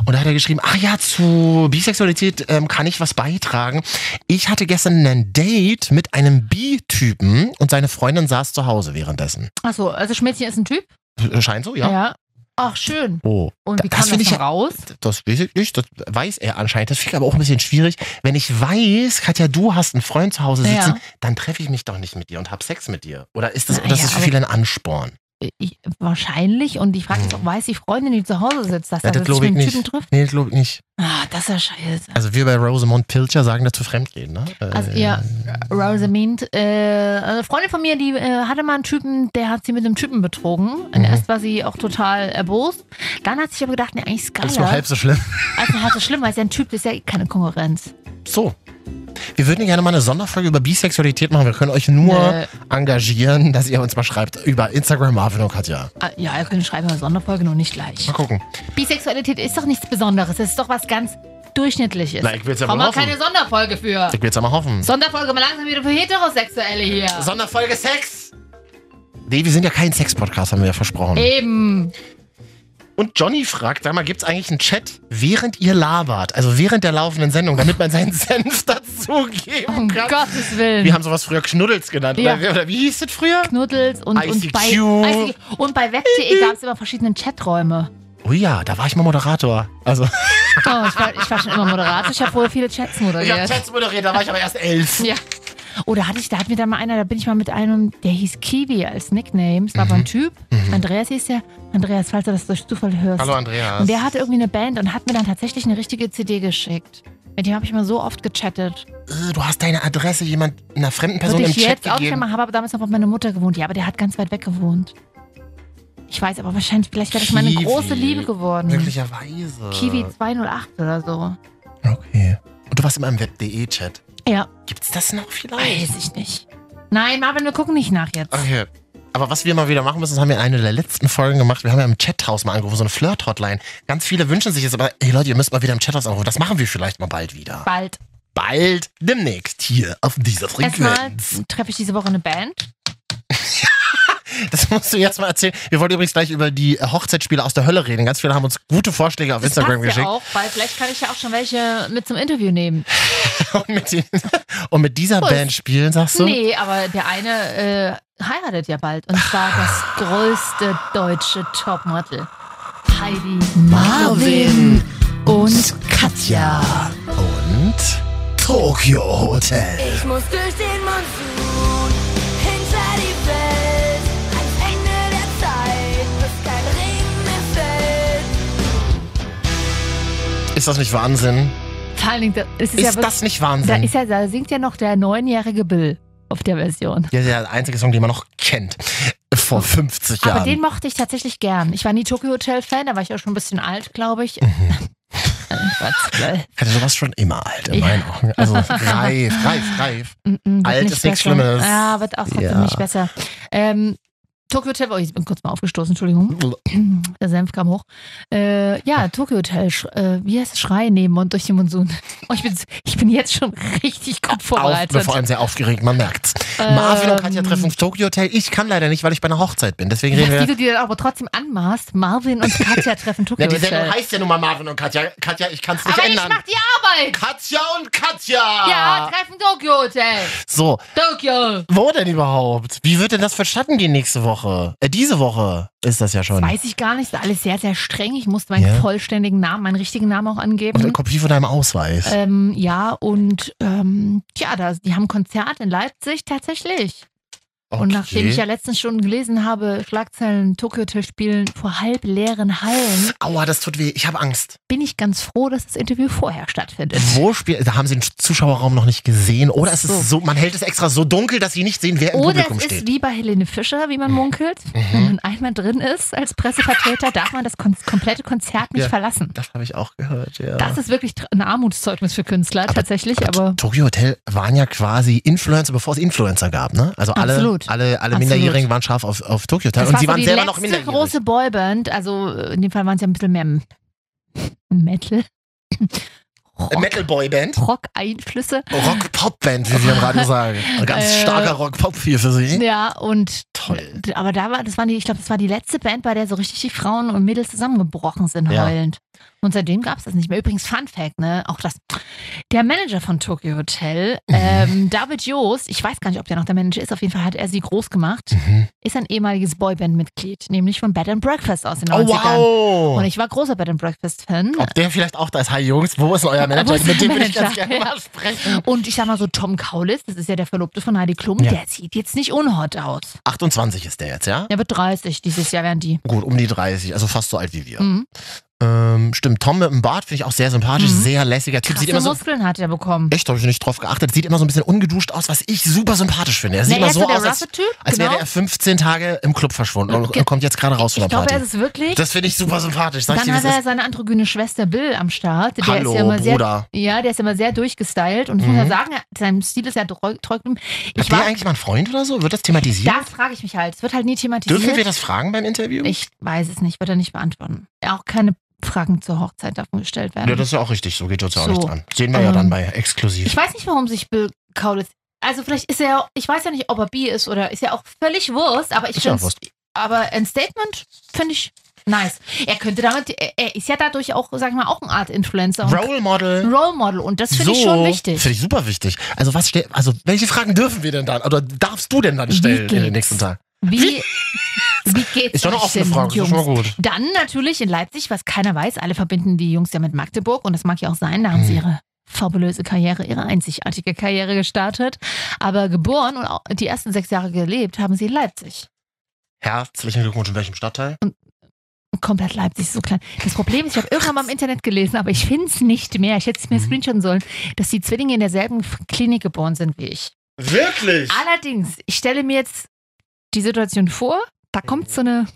Speaker 1: Und da hat er geschrieben, ach ja, zu Bisexualität ähm, kann ich was beitragen. Ich hatte gestern ein Date mit einem Bi-Typen und seine Freundin saß zu Hause währenddessen. Äh,
Speaker 2: Achso, also Schmidtchen ist ein Typ.
Speaker 1: Scheint so, ja.
Speaker 2: Ach, schön.
Speaker 1: Oh.
Speaker 2: Und wie
Speaker 1: Das
Speaker 2: kam
Speaker 1: finde
Speaker 2: das denn
Speaker 1: ich ja-
Speaker 2: raus?
Speaker 1: Das weiß ich nicht, das weiß er anscheinend. Das finde ich aber auch ein bisschen schwierig. Wenn ich weiß, Katja, du hast einen Freund zu Hause sitzen,
Speaker 2: Ja.
Speaker 1: dann treffe ich mich doch nicht mit dir und hab Sex mit dir. Oder ist das,
Speaker 2: Naja,
Speaker 1: das ist für
Speaker 2: aber-
Speaker 1: viele ein Ansporn?
Speaker 2: Ich, wahrscheinlich. Und ich frage mich
Speaker 1: Hm.
Speaker 2: auch, weiß die Freundin, die zu Hause sitzt, dass
Speaker 1: Ja,
Speaker 2: er
Speaker 1: das
Speaker 2: das
Speaker 1: glaub
Speaker 2: mit
Speaker 1: ich
Speaker 2: dem
Speaker 1: nicht.
Speaker 2: Typen trifft?
Speaker 1: Nee, glaube ich nicht.
Speaker 2: Ah, das ist ja scheiße.
Speaker 1: Also wir bei Rosamond Pilcher sagen dazu Fremdgehen, ne? Äh,
Speaker 2: Also ja, Rosamund, äh, eine Freundin von mir, die äh, hatte mal einen Typen, der hat sie mit einem Typen betrogen. Und
Speaker 1: Mhm.
Speaker 2: erst war sie auch total erbost. Dann hat sie sich aber gedacht, nee, eigentlich ist
Speaker 1: Das ist nur
Speaker 2: geiler.
Speaker 1: halb so schlimm.
Speaker 2: Also halb so schlimm, weil ist ja ein Typ, das ist ja eh keine Konkurrenz.
Speaker 1: So. Wir würden gerne mal eine Sonderfolge über Bisexualität machen. Wir können euch nur
Speaker 2: Nö.
Speaker 1: engagieren, dass ihr uns mal schreibt über Instagram Marvin und Katja.
Speaker 2: Ah, Ja, ihr könnt schreiben, eine Sonderfolge, nur nicht gleich.
Speaker 1: Mal gucken.
Speaker 2: Bisexualität ist doch nichts Besonderes, das ist doch was ganz Durchschnittliches.
Speaker 1: Na, ich will's ja
Speaker 2: Brauchen
Speaker 1: wohl
Speaker 2: wir keine Sonderfolge für.
Speaker 1: Ich will jetzt mal hoffen.
Speaker 2: Sonderfolge mal langsam wieder für Heterosexuelle hier.
Speaker 1: Sonderfolge Sex. Nee, wir sind ja kein Sex-Podcast, haben wir ja versprochen.
Speaker 2: Eben.
Speaker 1: Und Johnny fragt, sag mal, gibt's eigentlich einen Chat, während ihr labert? Also während der laufenden Sendung, damit man seinen Senf dazugeben
Speaker 2: Um
Speaker 1: kann.
Speaker 2: Gottes Willen.
Speaker 1: Wir haben sowas früher Knuddels genannt.
Speaker 2: Ja.
Speaker 1: Oder, oder wie hieß das früher?
Speaker 2: Knuddels und, und
Speaker 1: ICQ.
Speaker 2: bei ICQ. und bei web.de gab es immer verschiedene Chaträume.
Speaker 1: Oh ja, da war ich mal Moderator. Also,
Speaker 2: Oh, ich, war, ich war schon immer Moderator. Ich habe vorher viele Chats
Speaker 1: ich habe
Speaker 2: moderiert.
Speaker 1: Chats moderiert, da war ich aber erst elf.
Speaker 2: Oh Ja. Oder hatte ich, da hat mir dann mal einer, da bin ich mal mit einem, der hieß Kiwi als Nickname. Es war
Speaker 1: Mhm.
Speaker 2: aber ein Typ. Andreas hieß der. Andreas, falls du das durch Zufall hörst.
Speaker 1: Hallo Andreas.
Speaker 2: Und der hatte irgendwie eine Band und hat mir dann tatsächlich eine richtige CD geschickt. Mit dem habe ich mal so oft gechattet.
Speaker 1: Äh, du hast deine Adresse jemand einer fremden Person
Speaker 2: Würde
Speaker 1: im
Speaker 2: ich
Speaker 1: Chat
Speaker 2: jetzt auch schon
Speaker 1: gegeben.
Speaker 2: machen, habe aber damals noch bei meiner Mutter gewohnt. Ja, aber der hat ganz weit weg gewohnt. Ich weiß, aber wahrscheinlich, vielleicht wäre das meine
Speaker 1: Kiwi.
Speaker 2: große Liebe geworden.
Speaker 1: Möglicherweise.
Speaker 2: Kiwi 208 oder so.
Speaker 1: Okay. Und du warst immer im Web.de-Chat.
Speaker 2: Ja,
Speaker 1: Gibt's das noch vielleicht?
Speaker 2: weiß ich nicht. Nein, Marvin, wir gucken nicht nach jetzt.
Speaker 1: Okay. Aber was wir mal wieder machen müssen, das haben wir in einer der letzten Folgen gemacht. Wir haben ja im Chathaus mal angerufen, so eine Flirt-Hotline. Ganz viele wünschen sich jetzt aber, hey Leute, ihr müsst mal wieder im Chathaus anrufen. Das machen wir vielleicht mal bald wieder.
Speaker 2: Bald.
Speaker 1: Bald demnächst hier auf dieser
Speaker 2: Erstmal
Speaker 1: Frequenz.
Speaker 2: treffe ich diese Woche eine Band.
Speaker 1: Das musst du jetzt mal erzählen. Wir wollten übrigens gleich über die äh, Hochzeitsspiele aus der Hölle reden. Ganz viele haben uns gute Vorschläge auf Instagram
Speaker 2: passt
Speaker 1: geschickt.
Speaker 2: ja auch, weil vielleicht kann ich ja auch schon welche mit zum Interview nehmen.
Speaker 1: Und mit, den, und mit dieser
Speaker 2: Puls.
Speaker 1: Band spielen, sagst du?
Speaker 2: Nee, aber der eine äh, heiratet ja bald. Und zwar das größte deutsche Topmodel. Heidi Marvin und Katja.
Speaker 1: Und Tokyo Hotel.
Speaker 5: Ich muss durch den Monsun, hinter die Welt, ans Ende der Zeit, bis kein Regen mehr fällt.
Speaker 1: Ist das nicht Wahnsinn?
Speaker 2: Vor allen Dingen, da- es ist,
Speaker 1: Ist
Speaker 2: ja wirklich,
Speaker 1: das nicht
Speaker 2: da,
Speaker 1: Wahnsinn?
Speaker 2: ist ja, da singt ja noch der neunjährige Bill auf der Version.
Speaker 1: Ja, der einzige Song, den man noch kennt. Vor 50
Speaker 2: Oh. Aber den
Speaker 1: Jahren.
Speaker 2: mochte ich tatsächlich gern. Ich war nie Tokyo Hotel Fan, da war ich auch schon ein bisschen alt, glaube ich.
Speaker 1: Mhm.
Speaker 2: Äh, ich war zwölf.
Speaker 1: Hatte sowas schon immer alt, in
Speaker 2: Ja.
Speaker 1: meinen Augen. Also reif, reif, reif.
Speaker 2: Mm, mm, wird
Speaker 1: Alt
Speaker 2: nicht
Speaker 1: ist nichts
Speaker 2: besser.
Speaker 1: Schlimmes.
Speaker 2: Ja, wird auch trotzdem
Speaker 1: Ja.
Speaker 2: nicht besser. Ähm, Tokyo Hotel, oh, ich bin kurz mal aufgestoßen, Entschuldigung. Der Senf kam hoch. Äh, ja, Tokyo Hotel, sch- äh, wie heißt es? Schrei nehmen und durch den Monsun. Oh, ich, bin, ich bin jetzt schon richtig gut
Speaker 1: Auf,
Speaker 2: vorbereitet.
Speaker 1: vor allem sehr aufgeregt, man merkt's. Marvin und Katja treffen ins Tokyo Hotel. Ich kann leider nicht, weil ich bei einer Hochzeit bin. Deswegen reden
Speaker 2: Dass die
Speaker 1: wir.
Speaker 2: du dir dann aber trotzdem anmaßt, Marvin und Katja treffen Tokyo
Speaker 1: Ja, die Sendung
Speaker 2: Hotel.
Speaker 1: heißt ja nun mal Marvin und Katja. Katja, ich kann's nicht
Speaker 2: äh, aber ich
Speaker 1: ändern. Ah.
Speaker 2: mach die Arbeit!
Speaker 1: Katja und Katja!
Speaker 2: Ja, treffen Tokyo Hotel!
Speaker 1: So,
Speaker 2: Tokyo!
Speaker 1: wo denn überhaupt? Wie wird denn das vonstatten gehen nächste Woche? Äh, diese Woche ist das ja schon.
Speaker 2: Weiß ich gar nicht, ist alles sehr, sehr streng. Ich musste meinen
Speaker 1: Ja.
Speaker 2: vollständigen Namen, meinen richtigen Namen auch angeben.
Speaker 1: Und eine Kopie von deinem Ausweis.
Speaker 2: Ähm, ja, und ähm, ja, da, die haben ein Konzert in Leipzig tatsächlich. Und nachdem ich ja letztens schon gelesen habe, Schlagzeilen Tokyo Hotel spielen vor halb leeren Hallen,
Speaker 1: Aua, das tut weh. Ich habe Angst.
Speaker 2: bin ich ganz froh, dass das Interview vorher stattfindet.
Speaker 1: Wo spielt, da haben sie den Zuschauerraum noch nicht gesehen. Oder es
Speaker 2: So.
Speaker 1: ist so, man hält es extra so dunkel, dass sie nicht sehen, wer im
Speaker 2: Oder
Speaker 1: Publikum
Speaker 2: es ist
Speaker 1: steht. Mhm.
Speaker 2: wie bei Helene Fischer, wie man munkelt. Wenn man einmal drin ist als Pressevertreter, darf man das kon komplette Konzert nicht
Speaker 1: Ja.
Speaker 2: verlassen.
Speaker 1: Das habe ich auch gehört, ja.
Speaker 2: Das ist wirklich tr- ein Armutszeugnis für Künstler tatsächlich, aber
Speaker 1: Tokyo Hotel waren ja quasi Influencer, bevor es Influencer gab, ne? Also alle,
Speaker 2: Absolut.
Speaker 1: alle, alle
Speaker 2: Absolut.
Speaker 1: Minderjährigen waren scharf auf, auf Tokyo Hotel.
Speaker 2: das
Speaker 1: Und
Speaker 2: war
Speaker 1: sie
Speaker 2: so
Speaker 1: waren
Speaker 2: die
Speaker 1: selber
Speaker 2: letzte
Speaker 1: noch minderjährig.
Speaker 2: große Boyband, also äh, in dem Fall waren es ja ein bisschen mehr M- Metal.
Speaker 1: Äh,
Speaker 2: Rock-
Speaker 1: Metal Boy Band.
Speaker 2: Rock-Einflüsse.
Speaker 1: Oh, Rock Pop Band, wie wir im Radio sagen. Ein ganz
Speaker 2: Äh,
Speaker 1: starker Rock Pop hier für sie.
Speaker 2: Ja, und
Speaker 1: Hm? Toll.
Speaker 2: aber da war, das waren die, ich glaube, das war die letzte Band, bei der so richtig die Frauen und Mädels zusammengebrochen sind
Speaker 1: Ja.
Speaker 2: heulend. Und seitdem gab es das nicht mehr. Übrigens, Fun Fact, ne? Auch das. Der Manager von Tokyo Hotel,
Speaker 1: Mhm.
Speaker 2: ähm, David Joost, ich weiß gar nicht, ob der noch der Manager ist, auf jeden Fall hat er sie groß gemacht,
Speaker 1: Mhm.
Speaker 2: ist ein ehemaliges Boyband-Mitglied, nämlich von Bed and Breakfast aus den
Speaker 1: Oh,
Speaker 2: 90ern. Und
Speaker 1: wow.
Speaker 2: ich war großer Bed and Breakfast-Fan.
Speaker 1: Ob der vielleicht auch da ist. Hi Jungs, wo ist denn euer
Speaker 2: Wo
Speaker 1: Manager?
Speaker 2: ist
Speaker 1: Mit dem
Speaker 2: der
Speaker 1: will ich ganz
Speaker 2: Manager?
Speaker 1: gerne mal
Speaker 2: Ja.
Speaker 1: sprechen.
Speaker 2: Und ich sag mal so, Tom Kaulitz, das ist ja der Verlobte von Heidi Klum,
Speaker 1: Ja.
Speaker 2: der sieht jetzt nicht unhot aus.
Speaker 1: 28 ist der jetzt, ja?
Speaker 2: Der wird 30, dieses Jahr werden die.
Speaker 1: Gut, um die 30, also fast so alt wie wir.
Speaker 2: Mhm.
Speaker 1: Ähm, stimmt, Tom mit dem Bart finde ich auch sehr sympathisch,
Speaker 2: Mhm.
Speaker 1: sehr lässiger Typ.
Speaker 2: Krasse
Speaker 1: Sieht immer so,
Speaker 2: Muskeln hat er bekommen.
Speaker 1: echt, habe ich nicht drauf geachtet, sieht immer so ein bisschen ungeduscht aus, was ich super sympathisch finde. Er sieht
Speaker 2: Na,
Speaker 1: immer
Speaker 2: er ist
Speaker 1: so
Speaker 2: so der
Speaker 1: aus, als,
Speaker 2: roughe Typ,
Speaker 1: als
Speaker 2: genau.
Speaker 1: wäre er 15 Tage im Club verschwunden und,
Speaker 2: Ge-
Speaker 1: und kommt jetzt gerade raus von
Speaker 2: ich
Speaker 1: der
Speaker 2: glaube,
Speaker 1: Party.
Speaker 2: er ist es wirklich.
Speaker 1: das finde ich super sympathisch. Sag ich
Speaker 2: Dann
Speaker 1: dir,
Speaker 2: hat
Speaker 1: das
Speaker 2: er
Speaker 1: ist,
Speaker 2: seine androgyne Schwester Bill am Start. Der
Speaker 1: hallo,
Speaker 2: ist ja immer sehr,
Speaker 1: Bruder.
Speaker 2: ja, der ist ja immer sehr durchgestylt und ich muss
Speaker 1: Mhm.
Speaker 2: ja sagen, sein Stil ist ja treu. treu
Speaker 1: Hat
Speaker 2: ich
Speaker 1: der
Speaker 2: war,
Speaker 1: eigentlich mal einen Freund oder so? Wird das thematisiert?
Speaker 2: das frage ich mich halt. Es wird halt nie thematisiert.
Speaker 1: Dürfen wir das fragen beim Interview?
Speaker 2: ich weiß es nicht, wird er nicht beantworten. Auch keine Fragen zur Hochzeit davon gestellt werden.
Speaker 1: ja, das ist ja auch richtig, so geht uns ja auch
Speaker 2: So.
Speaker 1: nichts an. Sehen wir ja
Speaker 2: Ähm,
Speaker 1: dann bei exklusiv.
Speaker 2: Ich weiß nicht, warum sich Bill Kaulitz. Also vielleicht ist er, ja- ich weiß ja nicht, ob er bi ist oder ist ja auch völlig Wurst, aber ich
Speaker 1: Ist ja
Speaker 2: finde,
Speaker 1: Wurst.
Speaker 2: aber ein Statement finde ich nice. Er könnte damit, er, er ist ja dadurch auch, sag ich mal, auch eine Art Influencer und
Speaker 1: Role Model.
Speaker 2: ein Role Model und das finde
Speaker 1: so,
Speaker 2: ich schon wichtig.
Speaker 1: Finde ich super wichtig. Also, was ste- also, welche Fragen dürfen wir denn dann? Oder darfst du denn dann
Speaker 2: Wie
Speaker 1: stellen in den
Speaker 2: geht's?
Speaker 1: nächsten Tagen?
Speaker 2: Wie, wie geht's
Speaker 1: Ist doch eine
Speaker 2: euch
Speaker 1: offene
Speaker 2: denn,
Speaker 1: Frage, das ist
Speaker 2: Jungs?
Speaker 1: schon mal gut.
Speaker 2: Dann natürlich in Leipzig, was keiner weiß, alle verbinden die Jungs ja mit Magdeburg und das mag ja auch sein, da haben sie ihre fabulöse Karriere, ihre einzigartige Karriere gestartet. Aber geboren und auch die ersten sechs Jahre gelebt haben sie in Leipzig.
Speaker 1: Herzlichen Glückwunsch, in welchem Stadtteil?
Speaker 2: Komplett Leipzig, so klein. Das Problem ist, ich habe irgendwann mal im Internet gelesen, aber ich finde es nicht mehr. Ich hätte es mir
Speaker 1: Mhm.
Speaker 2: screenshotten sollen, dass die Zwillinge in derselben Klinik geboren sind wie ich.
Speaker 1: Wirklich?
Speaker 2: Allerdings, ich stelle mir jetzt die Situation vor, da kommt so eine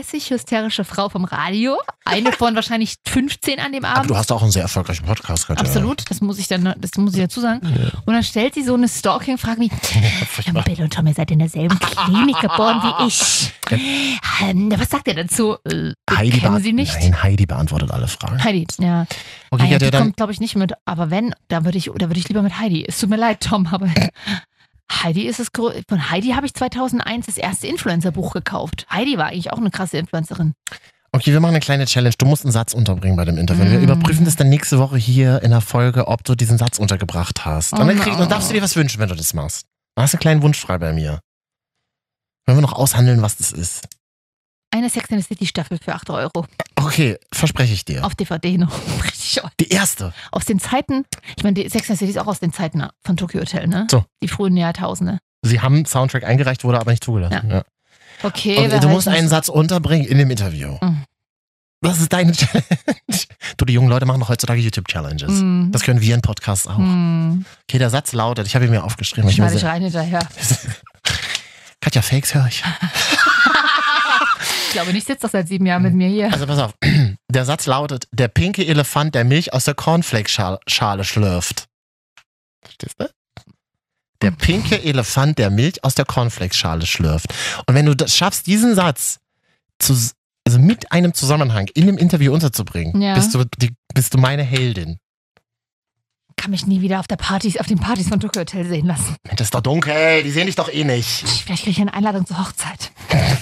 Speaker 2: Ü30-hysterische Frau vom Radio, eine von wahrscheinlich 15 an dem
Speaker 1: Aber
Speaker 2: Abend.
Speaker 1: du hast auch einen sehr erfolgreichen Podcast gehört.
Speaker 2: Absolut, das muss ich dann, das muss ich dazu sagen. Und dann stellt sie so eine Stalking-Frage wie, ähm, Bill und Tom, ihr seid in derselben Klinik geboren wie ich. Ähm, was sagt ihr dazu? Äh,
Speaker 1: Ja. Heidi
Speaker 2: kennen
Speaker 1: beant-
Speaker 2: sie nicht?
Speaker 1: Nein, Heidi beantwortet alle Fragen.
Speaker 2: Heidi, ja.
Speaker 1: Okay,
Speaker 2: Ah ja, die
Speaker 1: ja, der dann.
Speaker 2: kommt, glaube ich, nicht mit. Aber wenn, da würde ich, da würde ich lieber mit Heidi. Es tut mir leid, Tom, aber Heidi ist das grö- Von Heidi habe ich 2001 das erste Influencer-Buch gekauft. Heidi war eigentlich auch eine krasse Influencerin.
Speaker 1: Okay, wir machen eine kleine Challenge. Du musst einen Satz unterbringen bei dem Interview. Wir
Speaker 2: Mm.
Speaker 1: überprüfen das dann nächste Woche hier in der Folge, ob du diesen Satz untergebracht hast.
Speaker 2: Oh
Speaker 1: und dann, krieg,
Speaker 2: no.
Speaker 1: dann darfst du dir was wünschen, wenn du das machst. Du hast einen kleinen Wunsch frei bei mir. Wollen wir noch aushandeln, was das ist?
Speaker 2: Eine Sex in the City-Staffel für 8 Euro.
Speaker 1: Okay, verspreche ich dir.
Speaker 2: Auf DVD noch. Richtig old.
Speaker 1: Die erste.
Speaker 2: Aus den Zeiten, ich meine, die Sex in the City ist auch aus den Zeiten von Tokyo Hotel, ne?
Speaker 1: So.
Speaker 2: Die frühen Jahrtausende.
Speaker 1: Sie haben einen Soundtrack eingereicht, wurde aber nicht zugelassen. Ja.
Speaker 2: Okay,
Speaker 1: Und
Speaker 2: wer
Speaker 1: du musst
Speaker 2: weiß
Speaker 1: einen
Speaker 2: nicht.
Speaker 1: Satz unterbringen in dem Interview.
Speaker 2: Mhm.
Speaker 1: Das ist deine Challenge. Du, die jungen Leute machen doch heutzutage YouTube-Challenges.
Speaker 2: Mm.
Speaker 1: Das können wir in Podcasts auch.
Speaker 2: Mm.
Speaker 1: Okay, der Satz lautet, ich habe ihn mir aufgeschrieben. weil Ich
Speaker 2: Schneide
Speaker 1: muss,
Speaker 2: ich rein hinterher.
Speaker 1: Katja, Fakes höre ich.
Speaker 2: Ich glaube, nicht sitzt doch seit sieben Jahren mit mir hier.
Speaker 1: Also pass auf, der Satz lautet, der pinke Elefant, der Milch aus der Cornflakes-Schale schlürft. Verstehst du? Der pinke Elefant, der Milch aus der Cornflakes-Schale schlürft. Und wenn du das schaffst, diesen Satz zu, also mit einem Zusammenhang in dem Interview unterzubringen,
Speaker 2: Ja.
Speaker 1: bist, du die, bist du meine Heldin.
Speaker 2: Kann mich nie wieder auf der Partys, auf den Partys von Tokyo Hotel sehen lassen.
Speaker 1: Das ist doch dunkel, die sehen dich doch eh nicht.
Speaker 2: Vielleicht kriege ich eine Einladung zur Hochzeit. Okay.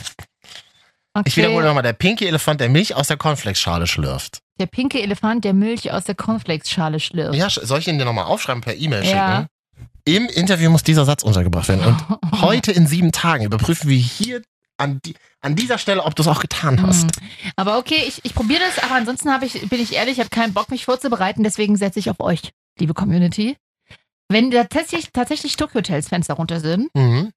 Speaker 1: Ich wiederhole nochmal, der pinke Elefant, der Milch aus der Cornflakes-Schale schlürft.
Speaker 2: Der pinke Elefant, der Milch aus der Cornflakes-Schale schlürft.
Speaker 1: Ja, soll ich ihn dir nochmal aufschreiben, per E-Mail
Speaker 2: Ja.
Speaker 1: schicken? Im Interview muss dieser Satz untergebracht werden. Und
Speaker 2: Mhm.
Speaker 1: Heute in sieben Tagen überprüfen wir hier an, die, an dieser Stelle, ob du es auch getan hast.
Speaker 2: Hm. Aber okay, ich, ich probiere das, aber ansonsten habe ich, bin ich ehrlich, ich habe keinen Bock, mich vorzubereiten, deswegen setze ich auf euch, liebe Community. Wenn da tatsächlich, tatsächlich Tokyo Hotels Fans darunter sind,
Speaker 1: Mhm.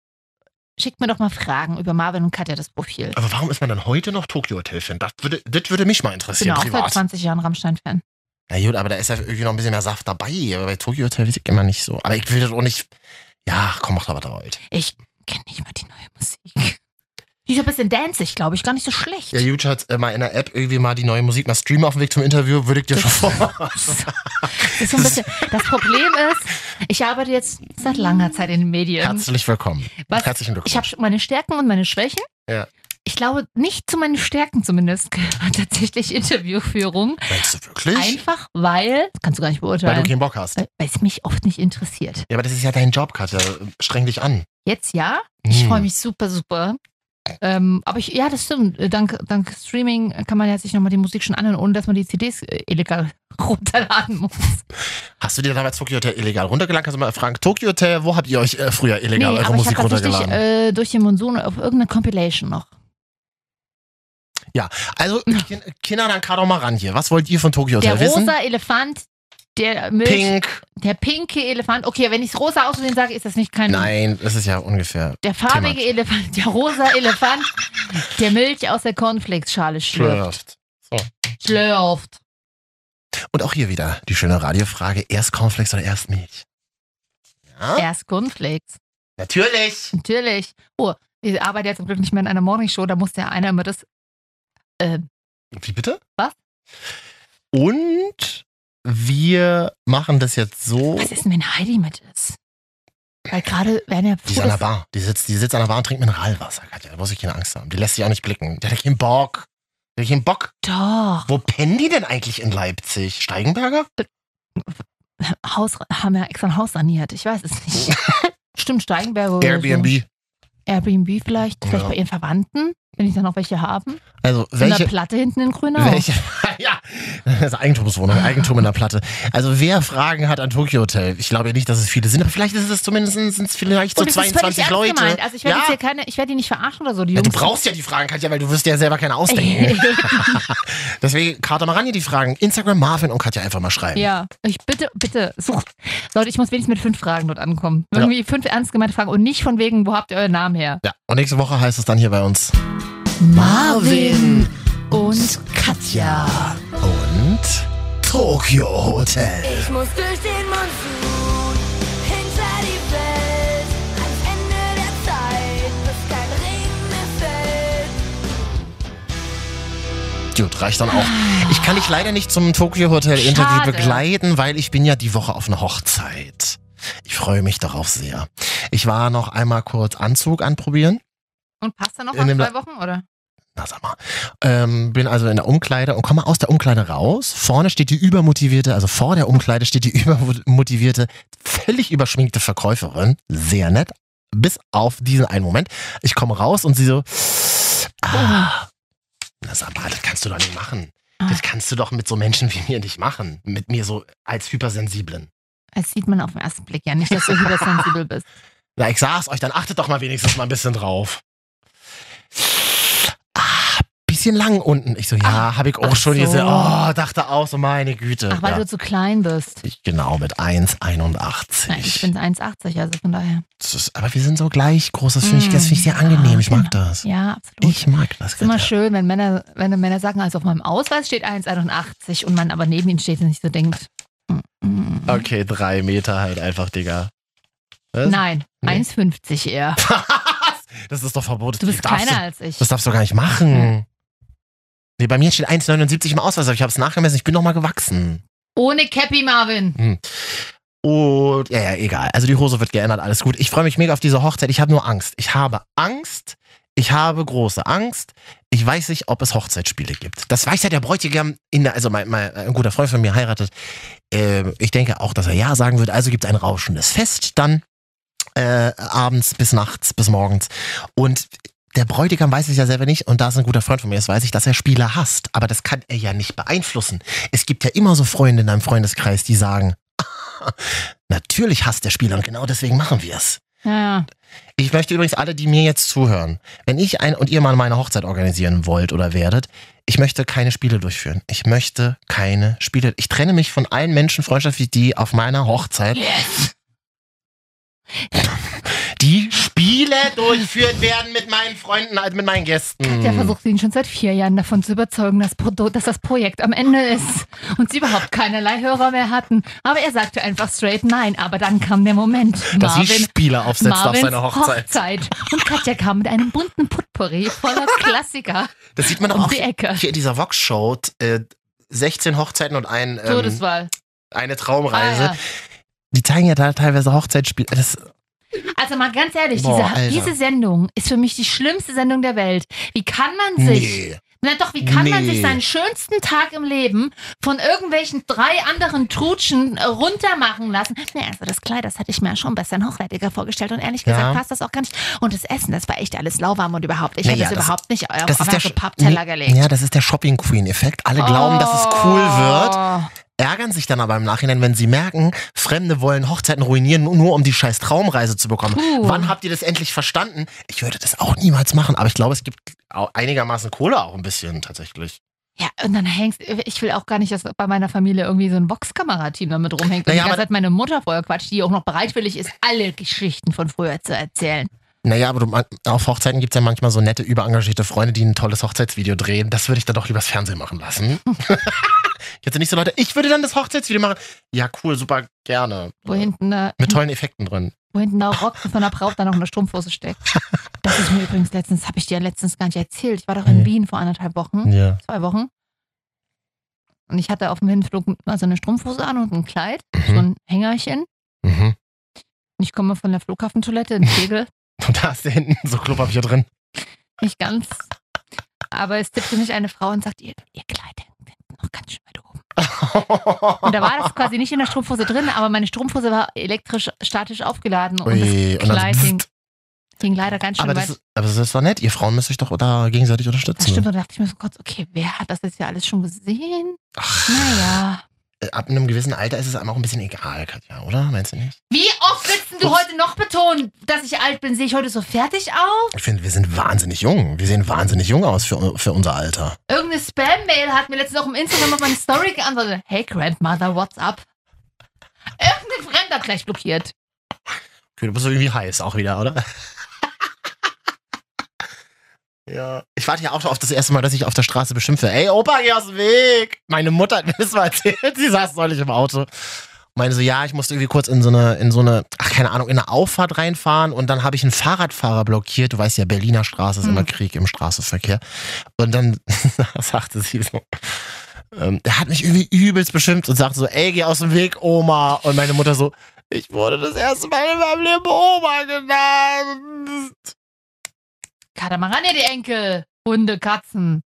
Speaker 2: schickt mir doch mal Fragen über Marvin und Katja das Profil.
Speaker 1: Aber warum ist man dann heute noch Tokyo Hotel-Fan? Das würde, das würde mich mal
Speaker 2: Ich bin
Speaker 1: interessieren,
Speaker 2: auch seit
Speaker 1: privat.
Speaker 2: 20 Jahren Rammstein-Fan.
Speaker 1: Na gut, aber da ist ja irgendwie noch ein bisschen mehr Saft dabei. Aber bei Tokyo Hotel weiß ich immer nicht so. Aber ich will das auch nicht. Ja, komm, mach doch was damit.
Speaker 2: Ich kenne nicht mal die neue Musik. Die ist ein bisschen danzig, glaube ich, gar nicht so schlecht.
Speaker 1: Ja, Jutsch hat äh, mal in der App irgendwie mal die neue Musik mal streamen auf dem Weg zum Interview, würde ich dir schon
Speaker 2: Ähm,
Speaker 1: vor.
Speaker 2: Das, ist so ein bisschen, das Problem ist, ich arbeite jetzt seit langer Zeit in den Medien.
Speaker 1: Herzlich willkommen.
Speaker 2: Was?
Speaker 1: Herzlichen
Speaker 2: ich habe
Speaker 1: Glückwunsch.
Speaker 2: meine Stärken und meine Schwächen.
Speaker 1: Ja.
Speaker 2: Ich glaube, nicht zu meinen Stärken zumindest gehört tatsächlich Interviewführung.
Speaker 1: Meinst du wirklich?
Speaker 2: Einfach weil, das kannst du gar nicht
Speaker 1: Weil du
Speaker 2: beurteilen,
Speaker 1: keinen Bock hast.
Speaker 2: weil es mich oft nicht interessiert.
Speaker 1: Ja, aber das ist ja dein Job, Katja. Streng dich an.
Speaker 2: Jetzt ja, ich
Speaker 1: Hm.
Speaker 2: freue mich super, super. Ähm, aber ich, ja, das stimmt. Äh, Dank, dank Streaming kann man ja sich nochmal die Musik schon anhören, ohne dass man die CDs äh, illegal runterladen muss.
Speaker 1: Hast du dir damals Tokyo Hotel illegal runtergeladen? Kannst du mal fragen, Tokyo Hotel, wo habt ihr euch äh, früher illegal
Speaker 2: nee,
Speaker 1: eure
Speaker 2: aber ich
Speaker 1: Musik
Speaker 2: habe tatsächlich
Speaker 1: runtergeladen?
Speaker 2: äh, durch den Monsun auf irgendeine Compilation noch.
Speaker 1: ja, also Kin- Kinder, dann kann doch mal ran hier. Was wollt ihr von Tokyo
Speaker 2: Der
Speaker 1: Hotel wissen?
Speaker 2: rosa Elefant, der Milch,
Speaker 1: Pink.
Speaker 2: der pinke Elefant. Okay, wenn ich rosa aussehen sage, ist das nicht kein.
Speaker 1: Nein, das ist ja ungefähr.
Speaker 2: Der farbige Elefant, der rosa Elefant, der Milch aus der Cornflakes-Schale schlürft.
Speaker 1: Schlürft.
Speaker 2: Schlürft.
Speaker 1: Und auch hier wieder die schöne Radiofrage: Erst Cornflakes oder erst Milch? Ja,
Speaker 2: Erst Cornflakes.
Speaker 1: natürlich.
Speaker 2: Natürlich. Oh, ich arbeite ja zum Glück nicht mehr in einer Morningshow, da muss ja einer immer das. Äh,
Speaker 1: Wie bitte?
Speaker 2: Was?
Speaker 1: Und wir machen das jetzt so.
Speaker 2: was ist denn, wenn Heidi mit ist? Weil gerade werden ja
Speaker 1: Die ist an der
Speaker 2: Fotos.
Speaker 1: Bar. Die sitzt, die sitzt an der Bar und trinkt Mineralwasser, Katja. Da muss ich keine Angst haben. Die lässt sich auch nicht blicken. Die hat ja keinen Bock. Die hat ja keinen Bock.
Speaker 2: Doch.
Speaker 1: Wo pennen die denn eigentlich in Leipzig? Steigenberger?
Speaker 2: Haus, haben ja extra ein Haus saniert. Ich weiß es nicht. Stimmt, Steigenberg oder So.
Speaker 1: Oh. Airbnb.
Speaker 2: Airbnb vielleicht. Vielleicht
Speaker 1: Ja.
Speaker 2: bei ihren Verwandten, wenn ich dann noch welche haben.
Speaker 1: Also,
Speaker 2: In der
Speaker 1: welche.
Speaker 2: Platte hinten in Grünau.
Speaker 1: Welche, ja, das ist Eigentumswohnung, Eigentum in der Platte. Also wer Fragen hat an Tokyo Hotel, ich glaube ja nicht, dass es viele sind, aber vielleicht ist es zumindest sind's vielleicht so
Speaker 2: Und es Oh, ist völlig
Speaker 1: 22
Speaker 2: ernst
Speaker 1: Leute.
Speaker 2: gemeint. Also ich werde
Speaker 1: ja,
Speaker 2: jetzt hier keine, ich werde die nicht verarschen oder so, die
Speaker 1: ja,
Speaker 2: Jungs.
Speaker 1: du brauchst ja die Fragen, Katja, weil du wirst dir ja selber keine ausdenken. Deswegen, Kater mal ran hier die Fragen. Instagram Marvin und Katja einfach mal schreiben.
Speaker 2: Ja, ich bitte, bitte, sucht. Leute, ich muss wenigstens mit fünf Fragen dort ankommen. Irgendwie fünf ernst gemeinte Fragen und nicht von wegen, wo habt ihr euren Namen her?
Speaker 1: ja. Und nächste Woche heißt es dann hier bei uns.
Speaker 2: Marvin und Katja.
Speaker 1: und Tokyo Hotel.
Speaker 5: Ich muss durch den Monsun, hinter die Welt, ans Ende der Zeit, bis kein Regen mehr fällt.
Speaker 1: Dude, reicht dann auch. Ich kann dich leider nicht zum Tokyo Hotel Interview
Speaker 2: Schade.
Speaker 1: begleiten, weil ich bin ja die Woche auf einer Hochzeit. Ich freue mich darauf sehr. Ich war noch einmal kurz Anzug anprobieren.
Speaker 2: Und passt da noch
Speaker 1: In
Speaker 2: nach
Speaker 1: dem
Speaker 2: zwei Wochen, oder?
Speaker 1: Na sag mal. Ähm, bin also in der Umkleide und komme aus der Umkleide raus. Vorne steht die übermotivierte, also vor der Umkleide steht die übermotivierte, völlig überschminkte Verkäuferin. Sehr nett. Bis auf diesen einen Moment. Ich komme raus und sie so. Ah, na sag mal, das kannst du doch nicht machen. Das kannst du doch mit so Menschen wie mir nicht machen. Mit mir so als Hypersensiblen.
Speaker 2: Das sieht man auf den ersten Blick ja nicht, dass du hypersensibel bist.
Speaker 1: Na, ich sag's euch, dann achtet doch mal wenigstens mal ein bisschen drauf. Ah, bisschen lang unten. Ich so, ja, habe ich auch
Speaker 2: Ah, ach
Speaker 1: schon
Speaker 2: so.
Speaker 1: gesehen. Oh, dachte auch so, meine Güte.
Speaker 2: Ach, weil
Speaker 1: ja.
Speaker 2: du zu klein bist.
Speaker 1: ich, genau, mit
Speaker 2: Nein, ich
Speaker 1: 1,81.
Speaker 2: bin 1,80, also von daher.
Speaker 1: Das ist- Aber wir sind so gleich groß. Das finde ich,
Speaker 2: Mm. genau.
Speaker 1: das finde ich sehr angenehm. Ich mag das.
Speaker 2: Ja, absolut.
Speaker 1: Ich mag das.
Speaker 2: ist immer
Speaker 1: Katja.
Speaker 2: schön, wenn Männer, wenn Männer sagen, also auf meinem Ausweis steht 1,81 und man aber neben ihnen steht und nicht so denkt. mm, mm.
Speaker 1: Okay, drei Meter halt einfach, Digga. Was?
Speaker 2: Nein,
Speaker 1: Nee.
Speaker 2: 1,50 eher.
Speaker 1: das ist doch verboten.
Speaker 2: Du bist
Speaker 1: Das darfst
Speaker 2: kleiner als ich.
Speaker 1: Das darfst du gar nicht machen. Nee, bei mir steht 1,79 im Ausweis, aber ich habe es nachgemessen. Ich bin noch mal gewachsen.
Speaker 2: Ohne Cappy, Marvin.
Speaker 1: Und ja, ja, egal. Also die Hose wird geändert, alles gut. Ich freue mich mega auf diese Hochzeit. Ich habe nur Angst. Ich habe Angst. Ich habe große Angst. Ich weiß nicht, ob es Hochzeitsspiele gibt. Das weiß ja der Bräutigam, in der, also mein, mein, ein guter Freund von mir heiratet. Ähm, ich denke auch, dass er ja sagen wird. Also gibt es ein rauschendes Fest dann äh, abends bis nachts, bis morgens. Und der Bräutigam weiß es ja selber nicht, und da ist ein guter Freund von mir, das weiß ich, dass er Spieler hasst. Aber das kann er ja nicht beeinflussen. Es gibt ja immer so Freunde in deinem Freundeskreis, die sagen, Natürlich hasst der Spieler und genau deswegen machen wir es.
Speaker 2: Ja, ja.
Speaker 1: Ich möchte übrigens alle, die mir jetzt zuhören, wenn ich ein und ihr mal meine Hochzeit organisieren wollt oder werdet, ich möchte keine Spiele durchführen. Ich möchte keine Spiele. Ich trenne mich von allen Menschen freundschaftlich, die auf meiner Hochzeit die Spiele durchführt werden mit meinen Freunden, also mit meinen Gästen.
Speaker 2: Der versucht ihn schon seit vier Jahren davon zu überzeugen, dass, Produ- dass das Projekt am Ende ist und sie überhaupt keinerlei Hörer mehr hatten. Aber er sagte einfach straight nein. Aber dann kam der Moment.
Speaker 1: dass sie
Speaker 2: Marvin,
Speaker 1: Spiele aufsetzt auf seiner Hochzeit.
Speaker 2: Und Katja kam mit einem bunten Potpourri voller Klassiker.
Speaker 1: Das sieht man doch
Speaker 2: Um
Speaker 1: auch
Speaker 2: die Ecke.
Speaker 1: hier in dieser Vox-Show. Äh, 16 Hochzeiten und ein, ähm,
Speaker 2: Todeswahl.
Speaker 1: eine
Speaker 2: Ah,
Speaker 1: Traumreise.
Speaker 2: ja.
Speaker 1: Die zeigen ja da teilweise Hochzeitsspiele. Das,
Speaker 2: Also mal ganz ehrlich,
Speaker 1: Boah,
Speaker 2: diese,
Speaker 1: Alter.
Speaker 2: diese Sendung ist für mich die schlimmste Sendung der Welt. Wie kann man sich
Speaker 1: nee.
Speaker 2: Na doch, wie kann man
Speaker 1: Nee.
Speaker 2: sich seinen schönsten Tag im Leben von irgendwelchen drei anderen Trutschen äh, runtermachen lassen? Nee, also das Kleid, das hatte ich mir schon ein bisschen hochwertiger vorgestellt und ehrlich gesagt
Speaker 1: Ja.
Speaker 2: passt das auch gar nicht. Und das Essen, das war echt alles lauwarm und überhaupt. Ich
Speaker 1: Nee,
Speaker 2: hätte
Speaker 1: ja,
Speaker 2: es
Speaker 1: das-
Speaker 2: überhaupt nicht äh, auf,
Speaker 1: Das
Speaker 2: auf
Speaker 1: ist der
Speaker 2: einen
Speaker 1: Sch-
Speaker 2: Pappteller
Speaker 1: Nee,
Speaker 2: gelegt. Oh.
Speaker 1: Ja, das ist der Shopping Queen Effekt. Alle glauben, dass es cool wird, ärgern sich dann aber im Nachhinein, wenn sie merken, Fremde wollen Hochzeiten ruinieren, nur um die scheiß Traumreise zu bekommen.
Speaker 2: Puh.
Speaker 1: Wann habt ihr das endlich verstanden? Ich würde das auch niemals machen, aber ich glaube, es gibt au- einigermaßen Kohle auch ein bisschen tatsächlich.
Speaker 2: Ja, und dann hängst ich will auch gar nicht, dass bei meiner Familie irgendwie so ein Boxkamerateam damit rumhängt. Und
Speaker 1: Naja,
Speaker 2: die ganze
Speaker 1: aber-
Speaker 2: Zeit meine Mutter vorher quatscht, die auch noch bereitwillig ist, alle Geschichten von früher zu erzählen.
Speaker 1: Naja, aber du, man- auf Hochzeiten gibt es ja manchmal so nette, überengagierte Freunde, die ein tolles Hochzeitsvideo drehen. Das würde ich dann doch lieber das Fernsehen machen lassen.
Speaker 2: Hm.
Speaker 1: Jetzt sind nicht so Leute, ich würde dann das Hochzeitsvideo machen. Ja, cool, super, gerne.
Speaker 2: Wo hinten, äh,
Speaker 1: Mit tollen Effekten drin.
Speaker 2: wo hinten der Rock von der Braut dann noch eine Strumpfhose steckt. Das ist mir übrigens letztens, habe ich dir letztens gar nicht erzählt. Ich war doch in
Speaker 1: Nee.
Speaker 2: Wien vor anderthalb Wochen,
Speaker 1: Ja.
Speaker 2: zwei Wochen. Und ich hatte auf dem Hinflug also eine Strumpfhose an und ein Kleid, so ein Hängerchen.
Speaker 1: Mhm.
Speaker 2: Und ich komme von der Flughafentoilette in Tegel.
Speaker 1: Und da ist ja hinten so Klopapier drin.
Speaker 2: Nicht ganz. Aber es tippte mich eine Frau und sagt, ihr, ihr Kleid hängt hinten noch ganz schön weit oben. Und da war das quasi nicht in der Strumpfhose drin, aber meine Strumpfhose war elektrisch statisch aufgeladen und
Speaker 1: Ui,
Speaker 2: das
Speaker 1: und dann
Speaker 2: Kleid
Speaker 1: so-
Speaker 2: hing, hing leider ganz schön
Speaker 1: aber,
Speaker 2: weit.
Speaker 1: das, ist- aber das ist doch nett. Ihr Frauen müsst euch doch da gegenseitig
Speaker 2: das
Speaker 1: unterstützen.
Speaker 2: stimmt, und da dachte ich mir so kurz, okay, wer hat das jetzt ja alles schon gesehen? Naja.
Speaker 1: Äh, Ab einem gewissen Alter ist es einem auch ein bisschen egal, Katja, oder? Meinst du nicht?
Speaker 2: Wie oft willst denn du heute noch betonen, dass ich alt bin? Sehe ich heute so fertig aus?
Speaker 1: Ich finde, wir sind wahnsinnig jung. Wir sehen wahnsinnig jung aus für, für unser Alter.
Speaker 2: Irgendeine Spam-Mail hat mir letztens auf dem Instagram auf meine Story geantwortet. Hey Grandmother, what's up? Irgendein Fremder hat gleich blockiert.
Speaker 1: Okay, du bist irgendwie heiß auch wieder, oder? ja. Ich warte ja auch auf das erste Mal, dass ich auf der Straße beschimpfe. Ey, Opa, geh aus dem Weg! Meine Mutter hat mir das mal erzählt. Sie saß neulich im Auto. Meine so, ja, ich musste irgendwie kurz in so eine, in so eine, ach, keine Ahnung, in eine Auffahrt reinfahren und dann habe ich einen Fahrradfahrer blockiert. Du weißt ja, Berliner Straße ist
Speaker 2: Hm.
Speaker 1: immer Krieg im Straßenverkehr. Und dann sagte sie so, ähm, der hat mich irgendwie übelst beschimpft und sagte so, ey, geh aus dem Weg, Oma. Und meine Mutter so, ich wurde das erste Mal in meinem Leben Oma genannt.
Speaker 2: Katamarane, die Enkel. Hunde, Katzen.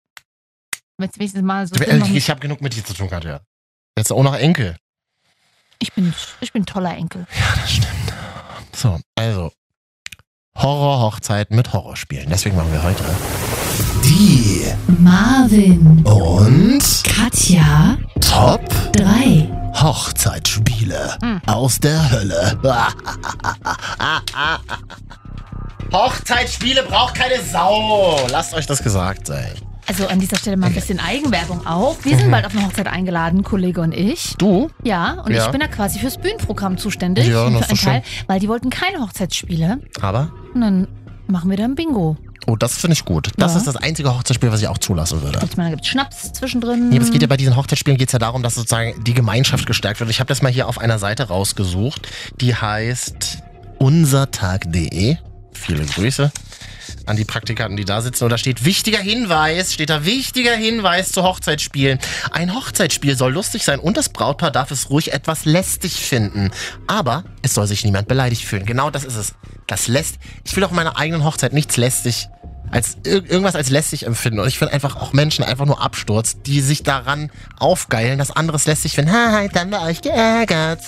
Speaker 2: Jetzt wenigstens mal so.
Speaker 1: Ich,
Speaker 2: Sinn machen.
Speaker 1: ich habe genug mit dir zu tun, Katja. Jetzt auch noch Enkel.
Speaker 2: Ich bin, ich bin ein toller Enkel.
Speaker 1: Ja, das stimmt. So, also. Horrorhochzeit mit Horrorspielen. Deswegen machen wir heute die
Speaker 2: Marvin,
Speaker 1: und
Speaker 2: Katja,
Speaker 1: Top
Speaker 2: drei.
Speaker 1: Hochzeitsspiele
Speaker 2: Hm.
Speaker 1: aus der Hölle. Hochzeitsspiele braucht keine Sau. Lasst euch das gesagt sein.
Speaker 2: Also an dieser Stelle mal ein bisschen Eigenwerbung auf. Wir
Speaker 1: Mhm.
Speaker 2: sind bald auf eine Hochzeit eingeladen, Kollege und ich.
Speaker 1: Du?
Speaker 2: Ja, und
Speaker 1: Ja.
Speaker 2: ich bin da quasi fürs Bühnenprogramm zuständig.
Speaker 1: Ja,
Speaker 2: und
Speaker 1: das
Speaker 2: für einen
Speaker 1: ist doch
Speaker 2: Teil, weil die wollten keine Hochzeitsspiele.
Speaker 1: Aber?
Speaker 2: Und dann machen wir da ein Bingo.
Speaker 1: Oh, das finde ich gut.
Speaker 2: Ja.
Speaker 1: Das
Speaker 2: Mhm.
Speaker 1: ist das einzige Hochzeitsspiel, was ich auch zulassen würde.
Speaker 2: Ich meine, da gibt es Schnaps zwischendrin.
Speaker 1: Ja, aber es geht ja bei diesen Hochzeitsspielen geht's ja darum, dass sozusagen die Gemeinschaft gestärkt wird. Ich habe das mal hier auf einer Seite rausgesucht, die heißt unsertag.de. Viele Grüße an die Praktikanten, die da sitzen. Und da steht wichtiger Hinweis, steht da wichtiger Hinweis zu Hochzeitsspielen. Ein Hochzeitsspiel soll lustig sein und das Brautpaar darf es ruhig etwas lästig finden. Aber es soll sich niemand beleidigt fühlen. Genau das ist es. Das lässt. Ich will auf meiner eigenen Hochzeit nichts lästig als ir irgendwas als lästig empfinden. Und ich finde einfach auch Menschen einfach nur Absturz, die sich daran aufgeilen, dass anderes lästig finden. Ha, jetzt haben wir euch geärgert.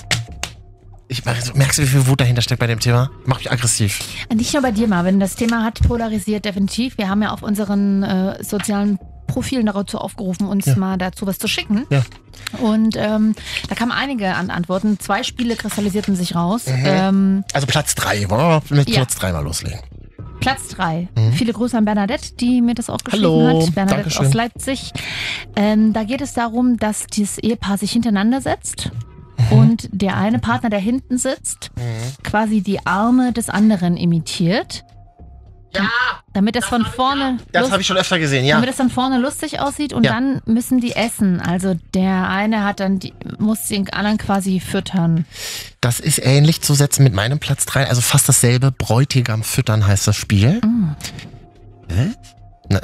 Speaker 1: Ich merke, so- merkst du, wie viel Wut dahinter steckt bei dem Thema? Mach mich aggressiv.
Speaker 2: Äh, Nicht nur bei dir, Marvin. Das Thema hat polarisiert, definitiv. Wir haben ja auf unseren äh, sozialen Profilen dazu aufgerufen, uns
Speaker 1: Ja.
Speaker 2: mal dazu was zu schicken.
Speaker 1: Ja.
Speaker 2: Und ähm, da kamen einige an Antworten. Zwei Spiele kristallisierten sich raus. Ähm,
Speaker 1: Also Platz drei. Wollen wir mit
Speaker 2: Ja.
Speaker 1: Platz drei mal loslegen?
Speaker 2: Platz drei.
Speaker 1: Mhm.
Speaker 2: Viele Grüße an Bernadette, die mir das auch geschrieben
Speaker 1: Hallo,
Speaker 2: hat. Bernadette
Speaker 1: Dankeschön.
Speaker 2: aus Leipzig. Ähm, da geht es darum, dass dieses Ehepaar sich hintereinander setzt.
Speaker 1: Mhm.
Speaker 2: Und der eine Partner, der hinten sitzt, quasi die Arme des anderen imitiert. Ja! Damit das, von vorne.
Speaker 1: Das
Speaker 2: lust-
Speaker 1: habe ich schon öfter gesehen, ja.
Speaker 2: Damit es dann vorne lustig aussieht und
Speaker 1: Ja.
Speaker 2: dann müssen die essen. Also der eine hat dann die, muss den anderen quasi füttern.
Speaker 1: Das ist ähnlich zu setzen mit meinem Platz drei. Also fast dasselbe. Bräutigam füttern heißt das Spiel.
Speaker 2: Mm.
Speaker 1: Hä? Na,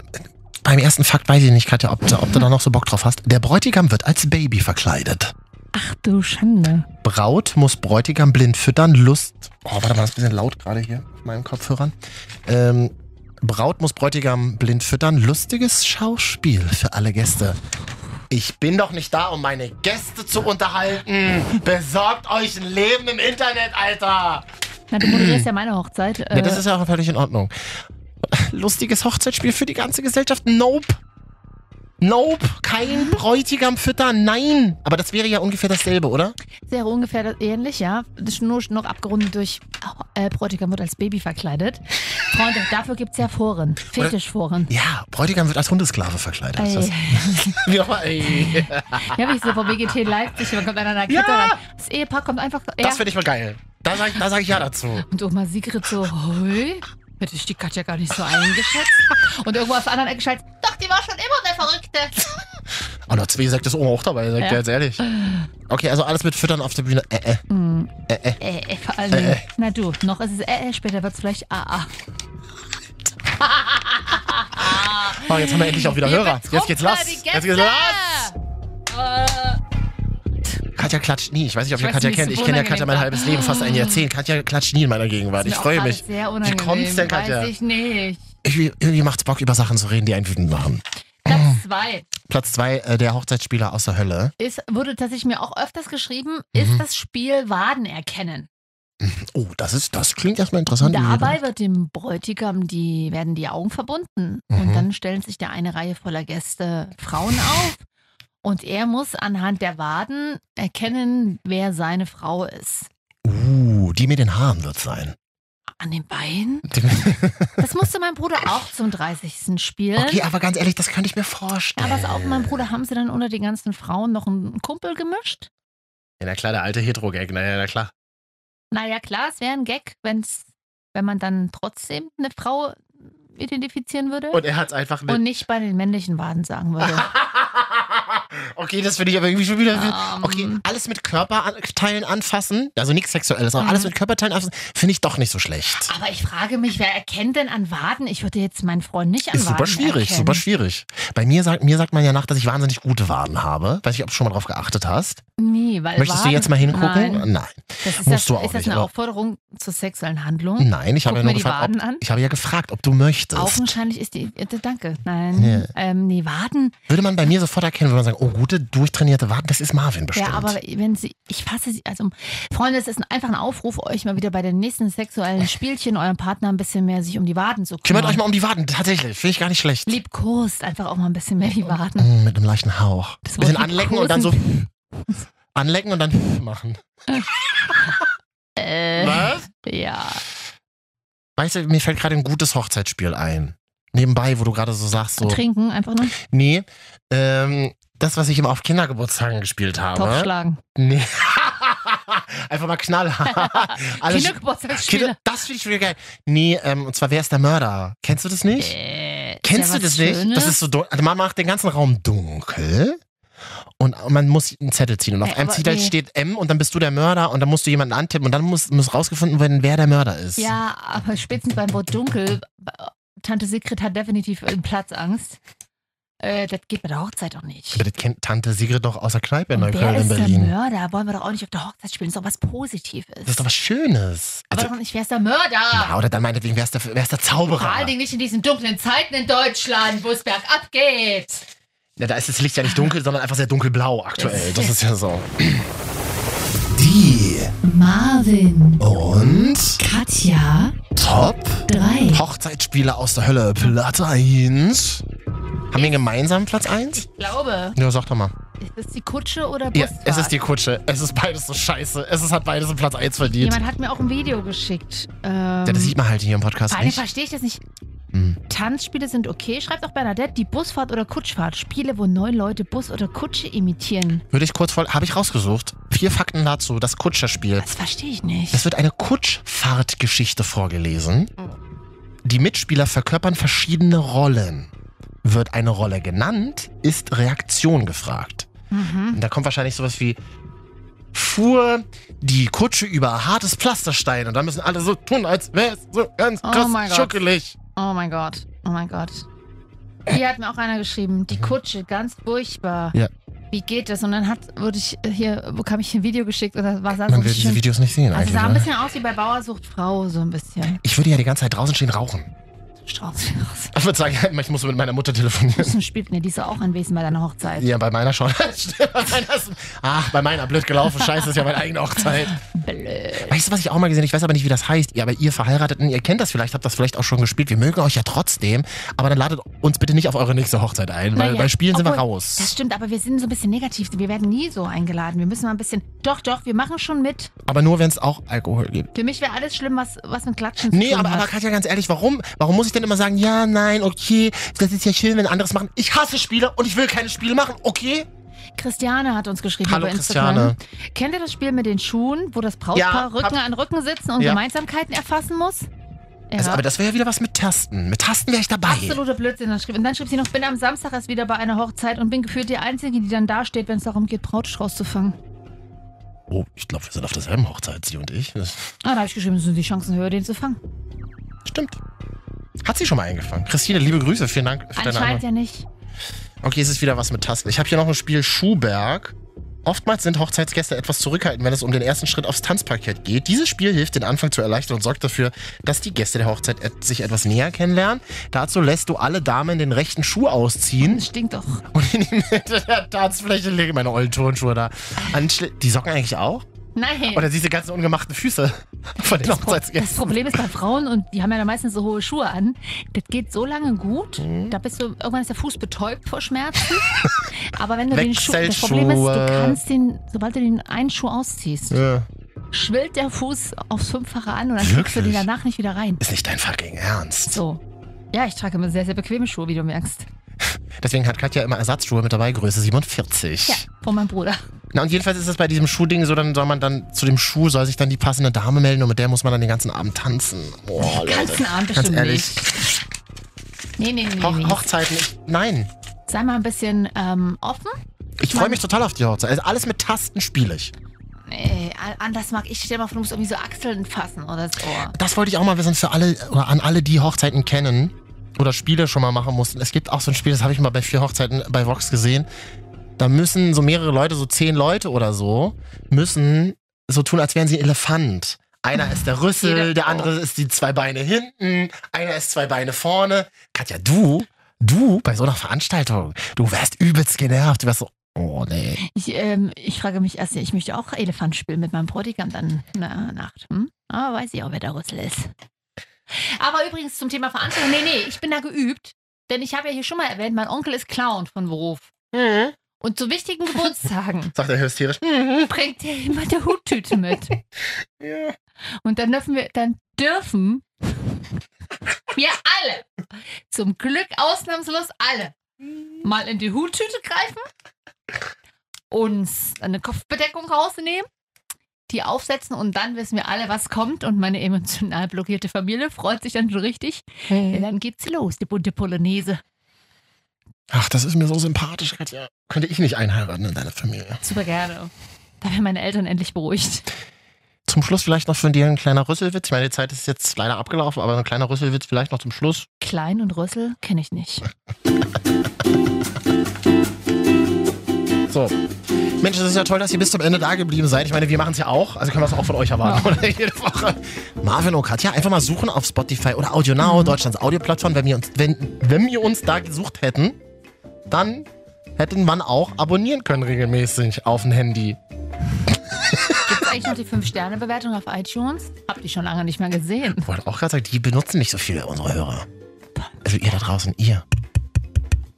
Speaker 1: beim ersten Fakt weiß ich nicht, Katja, ob, ob du da noch so Bock drauf hast. Der Bräutigam wird als Baby verkleidet.
Speaker 2: Ach du Schande.
Speaker 1: Braut muss Bräutigam blind füttern. Lust. Oh, warte mal, das ist ein bisschen laut gerade hier auf meinen Kopfhörern. Ähm, Braut muss Bräutigam blind füttern. Lustiges Schauspiel für alle Gäste. Ich bin doch nicht da, um meine Gäste zu unterhalten. Besorgt euch ein Leben im Internet, Alter.
Speaker 2: Na, du moderierst ja meine Hochzeit. Äh,
Speaker 1: Ja, das ist ja auch völlig in Ordnung. Lustiges Hochzeitsspiel für die ganze Gesellschaft. Nope. Nope. Kein Bräutigam füttern. Nein. Aber das wäre ja ungefähr dasselbe, oder?
Speaker 2: sehr ungefähr das- ähnlich, ja. Das ist nur noch abgerundet durch äh, Bräutigam wird als Baby verkleidet. Freunde, dafür gibt es ja Foren. Fetischforen.
Speaker 1: Ja, Bräutigam wird als Hundesklave verkleidet. Äh, Das,
Speaker 2: Ey.
Speaker 1: wie auch immer, ey.
Speaker 2: Ja, wie ich so vom BGT Leipzig, man kommt an einer Kette
Speaker 1: Ja.
Speaker 2: ran. Das Ehepaar kommt einfach. Ja.
Speaker 1: das finde ich mal geil. Da sage da sag ich ja dazu.
Speaker 2: Und Oma Sigrid so, hoi, hätte ich die Katja gar nicht so eingeschätzt. Und irgendwo auf der anderen Ecke schreit, doch, die war schon immer eine Verrückte.
Speaker 1: Und der Oh, Zwee sagt das Oma auch dabei, sagt
Speaker 2: Ja.
Speaker 1: ja. jetzt ehrlich. Okay, also alles mit Füttern auf der Bühne. Äh, äh.
Speaker 2: Äh, äh, vor allen Dingen. Na du, noch ist es äh, äh, später wird es vielleicht ah. AA.
Speaker 1: Oh, jetzt haben wir endlich auch wieder
Speaker 2: Ihr
Speaker 1: Hörer.
Speaker 2: betrumpft
Speaker 1: Jetzt geht's los.
Speaker 2: mal die
Speaker 1: Jetzt geht's
Speaker 2: Gäste.
Speaker 1: los. Katja klatscht nie. Ich weiß nicht, ob
Speaker 2: Ich
Speaker 1: ihr
Speaker 2: weiß
Speaker 1: Katja
Speaker 2: nicht,
Speaker 1: kennt.
Speaker 2: ist
Speaker 1: Ich
Speaker 2: so
Speaker 1: kenne ja Katja
Speaker 2: unangenehm.
Speaker 1: mein halbes Leben, fast ein Jahrzehnt. Katja klatscht nie in meiner Gegenwart.
Speaker 2: Ist
Speaker 1: Ich
Speaker 2: mir auch
Speaker 1: freue
Speaker 2: gerade
Speaker 1: mich.
Speaker 2: Sehr unangenehm.
Speaker 1: Wie kommt's denn, Katja?
Speaker 2: Weiß ich nicht.
Speaker 1: Irgendwie, irgendwie macht's Bock, über Sachen zu reden, die einen wütend machen.
Speaker 2: Platz
Speaker 1: Ah.
Speaker 2: zwei
Speaker 1: Platz zwei, äh, der Hochzeitsspieler aus der Hölle.
Speaker 2: ist, wurde tatsächlich mir auch öfters geschrieben,
Speaker 1: Mhm.
Speaker 2: ist das Spiel Waden erkennen.
Speaker 1: Oh, das ist, das klingt erstmal interessant.
Speaker 2: Dabei wird dem Bräutigam die, werden die Augen verbunden.
Speaker 1: Mhm.
Speaker 2: Und dann stellen sich da eine Reihe voller Gäste Frauen auf. Und er muss anhand der Waden erkennen, wer seine Frau ist.
Speaker 1: Uh, die mit den Haaren wird's sein.
Speaker 2: An den Beinen?
Speaker 1: Die-
Speaker 2: Das musste mein Bruder auch zum 30. spielen.
Speaker 1: Okay, aber ganz ehrlich, das könnte ich mir vorstellen.
Speaker 2: Äh? Aber pass auf, mein Bruder, haben sie dann unter den ganzen Frauen noch einen Kumpel gemischt?
Speaker 1: Ja, na klar, der alte Hetero-Gag, naja, na klar.
Speaker 2: Naja, klar, es wäre ein Gag, wenn's, wenn man dann trotzdem eine Frau identifizieren würde und,
Speaker 1: Und er hat's einfach mit.
Speaker 2: nicht bei den männlichen Waden sagen würde.
Speaker 1: okay, das finde ich aber irgendwie schon wieder.
Speaker 2: Ähm.
Speaker 1: Okay, alles mit Körperteilen anfassen, also nichts Sexuelles, aber
Speaker 2: Mhm. Ah,
Speaker 1: alles mit Körperteilen anfassen, finde ich doch nicht so schlecht.
Speaker 2: Aber ich frage mich, wer erkennt denn an Waden? Ich würde jetzt meinen Freund nicht an
Speaker 1: Ist
Speaker 2: Waden
Speaker 1: super schwierig,
Speaker 2: erkennen.
Speaker 1: super schwierig. Bei mir sagt, mir sagt man ja nach, dass ich wahnsinnig gute Waden habe. Weiß nicht, ob du schon mal drauf geachtet hast.
Speaker 2: Nee, weil Äh,
Speaker 1: Möchtest
Speaker 2: Waden-
Speaker 1: du jetzt mal hingucken?
Speaker 2: Nein.
Speaker 1: Nein,
Speaker 2: Das ist,
Speaker 1: Musst
Speaker 2: das,
Speaker 1: du auch
Speaker 2: ist das
Speaker 1: nicht,
Speaker 2: eine
Speaker 1: aber-
Speaker 2: Aufforderung zur sexuellen Handlung?
Speaker 1: Nein, ich habe
Speaker 2: Guck
Speaker 1: ja nur
Speaker 2: mir die
Speaker 1: gefragt,
Speaker 2: Waden an.
Speaker 1: ob, ich habe ja gefragt, ob du möchtest.
Speaker 2: Augenscheinlich ist die. äh, Danke. Nein.
Speaker 1: Nee.
Speaker 2: Ähm, nee, Waden.
Speaker 1: Würde man bei mir sofort erkennen, würde man sagen, oh, gute, durchtrainierte Waden, das ist Marvin bestimmt.
Speaker 2: Ja, aber wenn sie, ich fasse sie, also Freunde, es ist ein- einfach ein Aufruf, euch mal wieder bei den nächsten sexuellen Spielchen eurem Partner ein bisschen mehr sich um die Waden zu kümmern.
Speaker 1: Kümmert euch mal um die Waden, tatsächlich, finde ich gar nicht schlecht.
Speaker 2: Liebkost, einfach auch mal ein bisschen mehr die Waden.
Speaker 1: Mm, mit einem leichten Hauch.
Speaker 2: Das
Speaker 1: Bisschen
Speaker 2: Wort
Speaker 1: anlecken und dann so. Anlecken und dann machen.
Speaker 2: Äh,
Speaker 1: Was?
Speaker 2: ja.
Speaker 1: Weißt du, mir fällt gerade ein gutes Hochzeitsspiel ein. Nebenbei, wo du gerade so sagst, so.
Speaker 2: Trinken, einfach nur
Speaker 1: Nee, ähm, das, was ich immer auf Kindergeburtstagen gespielt habe.
Speaker 2: Topf schlagen.
Speaker 1: Nee. Einfach mal knallhart. Alle-
Speaker 2: Kindergeburtstagsspiele.
Speaker 1: Kinder- das finde ich wieder geil. Nee, ähm, und zwar, wer ist der Mörder? Kennst du das nicht?
Speaker 2: Äh,
Speaker 1: Kennst
Speaker 2: ist ja
Speaker 1: du das
Speaker 2: was
Speaker 1: nicht?
Speaker 2: Schönes.
Speaker 1: Das ist so dun- also man macht den ganzen Raum dunkel und man muss einen Zettel ziehen. Und auf
Speaker 2: Ey,
Speaker 1: einem
Speaker 2: aber
Speaker 1: Zettel
Speaker 2: nee.
Speaker 1: steht M und dann bist du der Mörder und dann musst du jemanden antippen und dann muss, muss rausgefunden werden, wer der Mörder ist.
Speaker 2: ja, aber spätestens beim Wort dunkel, äh, Tante Sigrid hat definitiv äh, Platzangst. Äh, das geht bei der Hochzeit auch nicht.
Speaker 1: Aber Das kennt Tante Sigrid doch aus der Kneipe in
Speaker 2: Und wer
Speaker 1: Neukölln in
Speaker 2: ist der
Speaker 1: Berlin.
Speaker 2: Mörder? Wollen wir doch auch nicht auf der Hochzeit spielen. Ist doch was Positives.
Speaker 1: Das ist doch was Schönes.
Speaker 2: Aber
Speaker 1: Also,
Speaker 2: doch nicht, wer ist der Mörder?
Speaker 1: ja, oder dann meinetwegen, wer ist der, wer ist der
Speaker 2: Vor allen
Speaker 1: Zauberer?
Speaker 2: Dingen nicht in diesen dunklen Zeiten in Deutschland, wo es bergab geht.
Speaker 1: Ja, da ist das Licht ja nicht dunkel, sondern einfach sehr dunkelblau aktuell. Das
Speaker 2: Das
Speaker 1: ist ja so. Die
Speaker 4: Marvin,
Speaker 1: und
Speaker 4: Katja,
Speaker 1: Top
Speaker 4: 3.
Speaker 1: Hochzeitsspiele aus der Hölle Platz 1. Haben wir gemeinsam Platz 1?
Speaker 2: Ich glaube,
Speaker 1: Ja, sag doch mal.
Speaker 2: ist das die Kutsche oder
Speaker 1: Ja,
Speaker 2: Busfahrt?
Speaker 1: es ist die Kutsche. Es ist beides so scheiße. Es ist, hat beides einen Platz 1 verdient.
Speaker 2: Jemand hat mir auch ein Video geschickt. Ähm,
Speaker 1: ja, das sieht man halt hier im Podcast
Speaker 2: vor allem
Speaker 1: nicht.
Speaker 2: verstehe ich das nicht.
Speaker 1: Hm.
Speaker 2: Tanzspiele sind okay. Schreibt auch Bernadette, die Busfahrt oder Kutschfahrt. Spiele, wo neun Leute Bus oder Kutsche imitieren.
Speaker 1: Würde ich kurz voll. Habe ich rausgesucht. Vier Fakten dazu. Das Kutscherspiel.
Speaker 2: Das verstehe ich nicht.
Speaker 1: Es wird eine Kutschfahrtgeschichte vorgelesen. Die Mitspieler verkörpern verschiedene Rollen. Wird eine Rolle genannt, ist Reaktion gefragt.
Speaker 2: Mhm.
Speaker 1: Und da kommt wahrscheinlich sowas wie fuhr die Kutsche über hartes Pflasterstein und dann müssen alle so tun, als wäre es so ganz
Speaker 2: Oh
Speaker 1: krass
Speaker 2: mein Gott.
Speaker 1: schuckelig.
Speaker 2: Oh mein Gott, oh mein Gott. Hier hat mir auch einer geschrieben, die Kutsche, ganz furchtbar.
Speaker 1: Mhm. Ja.
Speaker 2: Wie geht das? Und dann hat, wurde ich äh, hier, bekam ich ein Video geschickt und das war sah so
Speaker 1: Man will
Speaker 2: richtig
Speaker 1: diese
Speaker 2: Also schön.
Speaker 1: Videos nicht sehen
Speaker 2: Also
Speaker 1: eigentlich.
Speaker 2: sah ein
Speaker 1: oder?
Speaker 2: bisschen aus wie bei Bauersucht Frau, so ein bisschen.
Speaker 1: Ich würde ja die ganze Zeit draußen stehen rauchen.
Speaker 2: Strauß.
Speaker 1: Ich würde sagen, ich muss mit meiner Mutter telefonieren.
Speaker 2: Spielt mir diese auch anwesend bei deiner Hochzeit?
Speaker 1: Ja, bei meiner schon. Stimmt, bei meiner ist- Ach, bei meiner blöd gelaufen. Scheiße, ist ja meine eigene Hochzeit.
Speaker 2: Blöd.
Speaker 1: Weißt du, was ich auch mal gesehen habe? Ich weiß aber nicht, wie das heißt. Ja, aber ihr Verheirateten, ihr kennt das vielleicht, habt das vielleicht auch schon gespielt. Wir mögen euch ja trotzdem, aber dann ladet uns bitte nicht auf eure nächste Hochzeit ein, weil
Speaker 2: Naja,
Speaker 1: bei Spielen sind wir
Speaker 2: obwohl, Das
Speaker 1: raus.
Speaker 2: stimmt, aber wir sind so ein bisschen negativ. Wir werden nie so eingeladen. Wir müssen mal ein bisschen. Doch, doch, wir machen schon mit.
Speaker 1: Aber nur, wenn es auch Alkohol gibt.
Speaker 2: Für mich wäre alles schlimm, was, was mit Klatschen zu
Speaker 1: Nee,
Speaker 2: tun
Speaker 1: aber,
Speaker 2: hat.
Speaker 1: aber Katja, ganz ehrlich, warum? Warum muss ich denn immer sagen, ja, nein, okay, das ist ja schön, wenn anderes machen. Ich hasse Spiele und ich will keine Spiele machen, okay?
Speaker 2: Christiane hat uns geschrieben
Speaker 1: Hallo,
Speaker 2: über Instagram.
Speaker 1: Christiane.
Speaker 2: Kennt ihr das Spiel mit den Schuhen, wo das Brautpaar
Speaker 1: Ja, hab-
Speaker 2: Rücken an Rücken sitzen und
Speaker 1: Ja.
Speaker 2: Gemeinsamkeiten erfassen muss? Ja.
Speaker 1: Also, aber das wäre ja wieder was mit Tasten. Mit Tasten wäre ich dabei.
Speaker 2: Absoluter Blödsinn. Dann schrieb, und dann schrieb sie noch, bin am Samstag erst wieder bei einer Hochzeit und bin gefühlt die Einzige, die dann dasteht, wenn es darum geht, Brautstrauß zu fangen.
Speaker 1: Oh, ich glaube, wir sind auf derselben Hochzeit, sie und ich. Das
Speaker 2: Ah, da habe ich geschrieben, sind die Chancen höher, den zu fangen.
Speaker 1: stimmt. Hat sie schon mal eingefangen. Christine, liebe Grüße, vielen Dank für deine
Speaker 2: Anscheinend
Speaker 1: Antwort.
Speaker 2: ja nicht.
Speaker 1: Okay, es ist wieder was mit Tasten. Ich habe hier noch ein Spiel Schuhberg. Oftmals sind Hochzeitsgäste etwas zurückhaltend, wenn es um den ersten Schritt aufs Tanzparkett geht. Dieses Spiel hilft, den Anfang zu erleichtern und sorgt dafür, dass die Gäste der Hochzeit et sich etwas näher kennenlernen. Dazu lässt du alle Damen den rechten Schuh ausziehen
Speaker 2: Das stinkt doch.
Speaker 1: und in die Mitte der Tanzfläche lege meine ollen Turnschuhe da. Anschli die Socken eigentlich auch?
Speaker 2: Nein.
Speaker 1: Oder diese ganzen ungemachten Füße von den
Speaker 2: Das
Speaker 1: Hochzeitsgästen?
Speaker 2: Problem ist bei Frauen, und die haben ja dann meistens so hohe Schuhe an, das geht so lange gut,
Speaker 1: Mhm.
Speaker 2: da bist du, irgendwann ist der Fuß betäubt vor Schmerzen. Aber wenn du den Schuh, das Problem ist, du
Speaker 1: Wechselschuhe.
Speaker 2: kannst den, sobald du den einen Schuh ausziehst,
Speaker 1: Ja.
Speaker 2: schwillt der Fuß aufs Fünffache an und dann kriegst du den
Speaker 1: Wirklich?
Speaker 2: danach nicht wieder rein.
Speaker 1: Ist nicht dein fucking Ernst.
Speaker 2: So. Ja, ich trage immer sehr, sehr bequeme Schuhe, wie du merkst.
Speaker 1: Deswegen hat Katja immer Ersatzschuhe mit dabei, Größe 47.
Speaker 2: Ja, von meinem Bruder.
Speaker 1: Na und jedenfalls ist es bei diesem Schuhding so, dann soll man dann zu dem Schuh soll sich dann die passende Dame melden und mit der muss man dann den ganzen Abend tanzen. Boah, Leute.
Speaker 2: Ganzen Abend
Speaker 1: Ganz
Speaker 2: bestimmt
Speaker 1: ehrlich,
Speaker 2: nicht. Nee, nee, nee.
Speaker 1: Hoch
Speaker 2: nee.
Speaker 1: Hochzeiten, ich, nein.
Speaker 2: Sei mal ein bisschen ähm, offen.
Speaker 1: Ich freue mich total auf die Hochzeit. Also alles mit Tasten spiele ich.
Speaker 2: Nee, Äh, an- anders mag ich. Stell mal vor, du musst irgendwie so Achseln fassen oder so.
Speaker 1: Das wollte ich auch mal wissen für alle oder an alle, die Hochzeiten kennen oder Spiele schon mal machen mussten. Es gibt auch so ein Spiel, das habe ich mal bei vier Hochzeiten bei Vox gesehen. Da müssen so mehrere Leute, so zehn Leute oder so, müssen so tun, als wären sie ein Elefant. Einer ist der Rüssel,
Speaker 2: Jeder-
Speaker 1: der andere ist die zwei Beine hinten, einer ist zwei Beine vorne. Katja, du, du bei so einer Veranstaltung, du wärst übelst genervt. Du wärst so, oh nee.
Speaker 2: Ich, ähm, ich frage mich erst, ich möchte auch Elefant spielen mit meinem Bräutigam dann na, Nacht. Hm? Aber weiß ich auch, wer der Rüssel ist. Aber übrigens zum Thema Veranstaltung. Nee, nee, ich bin da geübt. Denn ich habe ja hier schon mal erwähnt, mein Onkel ist Clown von Beruf. Und zu wichtigen Geburtstagen
Speaker 1: Sagt er hysterisch. hm,
Speaker 2: bringt er immer die Huttüte mit.
Speaker 1: Ja.
Speaker 2: Und dann dürfen wir, dann dürfen wir alle, zum Glück ausnahmslos alle, mal in die Huttüte greifen, uns eine Kopfbedeckung rausnehmen, die aufsetzen und dann wissen wir alle, was kommt. Und meine emotional blockierte Familie freut sich dann schon richtig. Ja, dann geht's los, die bunte Polonaise.
Speaker 1: Ach, das ist mir so sympathisch, Katja. Könnte ich nicht einheiraten in deiner Familie.
Speaker 2: Super gerne. Da wären meine Eltern endlich beruhigt.
Speaker 1: Zum Schluss vielleicht noch von dir ein kleiner Rüsselwitz. Ich meine, die Zeit ist jetzt leider abgelaufen, aber ein kleiner Rüsselwitz vielleicht noch zum Schluss.
Speaker 2: Klein und Rüssel kenne ich nicht.
Speaker 1: So. Mensch, das ist ja toll, dass ihr bis zum Ende da geblieben seid. Ich meine, wir machen es ja auch, also können wir es auch von euch erwarten, oder? Jede Woche. Marvin und Katja, einfach mal suchen auf Spotify oder Audio Now, Deutschlands Audioplattform. Wenn wir, uns, wenn, wenn wir uns da gesucht hätten, dann hätten man auch abonnieren können regelmäßig auf dem Handy.
Speaker 2: Gibt's eigentlich noch die 5-Sterne-Bewertung auf iTunes? Hab die schon lange nicht mehr gesehen.
Speaker 1: Ich wollte auch gerade sagen, die benutzen nicht so viele unsere Hörer. Also ihr da draußen, ihr.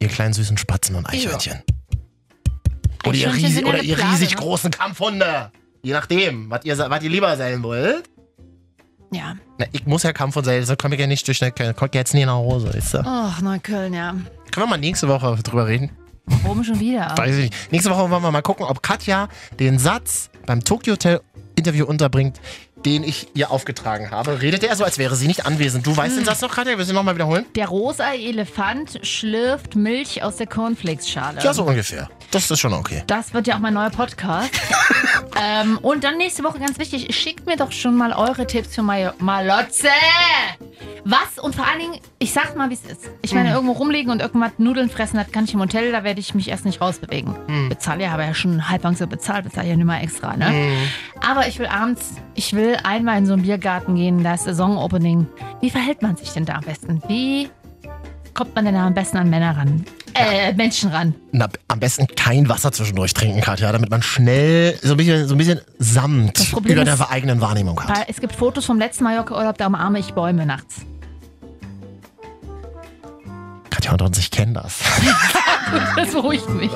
Speaker 1: Ihr kleinen süßen Spatzen und Eichhörnchen. Oder ihr,
Speaker 2: Eichhörnchen
Speaker 1: riesig,
Speaker 2: sind ja
Speaker 1: oder
Speaker 2: eine
Speaker 1: ihr
Speaker 2: Plage,
Speaker 1: riesig
Speaker 2: ne?
Speaker 1: großen Kampfhunde. Je nachdem, was ihr, was ihr lieber sein wollt.
Speaker 2: Ja.
Speaker 1: Na, ich muss ja Kampfhund sein, sonst komme ich ja nicht durch den Köln. Kommt ja jetzt nie nach Hause, weißt du?
Speaker 2: Ach, Neukölln, ja.
Speaker 1: Können wir mal nächste Woche drüber reden?
Speaker 2: Warum schon wieder?
Speaker 1: Weiß ich nicht. Nächste Woche wollen wir mal gucken, ob Katja den Satz beim Tokyo Hotel Interview unterbringt, den ich ihr aufgetragen habe. Redet er so, als wäre sie nicht anwesend. Du
Speaker 2: Hm.
Speaker 1: weißt den Satz noch, Katja? Willst du ihn nochmal wiederholen?
Speaker 2: Der rosa Elefant schlürft Milch aus der Cornflakes-Schale.
Speaker 1: Ja, so ungefähr. Das ist schon okay.
Speaker 2: Das wird ja auch mein neuer Podcast. ähm, und dann nächste Woche ganz wichtig, schickt mir doch schon mal eure Tipps für Mai Malotze. Was und vor allen Dingen, ich sag mal, wie es ist. Ich meine, irgendwo rumlegen und irgendwas Nudeln fressen, das kann ich im Hotel, da werde ich mich erst nicht rausbewegen. Bezahle ja, habe ja schon halb so bezahlt, bezahle ja nicht mal extra, ne? Aber ich will abends, ich will einmal in so einen Biergarten gehen, da ist Saisonopening. Wie verhält man sich denn da am besten? Wie kommt man denn da am besten an Männer ran? Äh, Menschen ran.
Speaker 1: Na, am besten kein Wasser zwischendurch trinken, Katja, damit man schnell so ein bisschen, so ein bisschen
Speaker 2: Das
Speaker 1: Samt
Speaker 2: Problem
Speaker 1: über
Speaker 2: ist-
Speaker 1: der eigenen Wahrnehmung hat.
Speaker 2: Weil es gibt Fotos vom letzten Mallorca-Urlaub, da umarme ich Bäume nachts.
Speaker 1: Katja und uns, ich kenne das.
Speaker 2: Das beruhigt mich.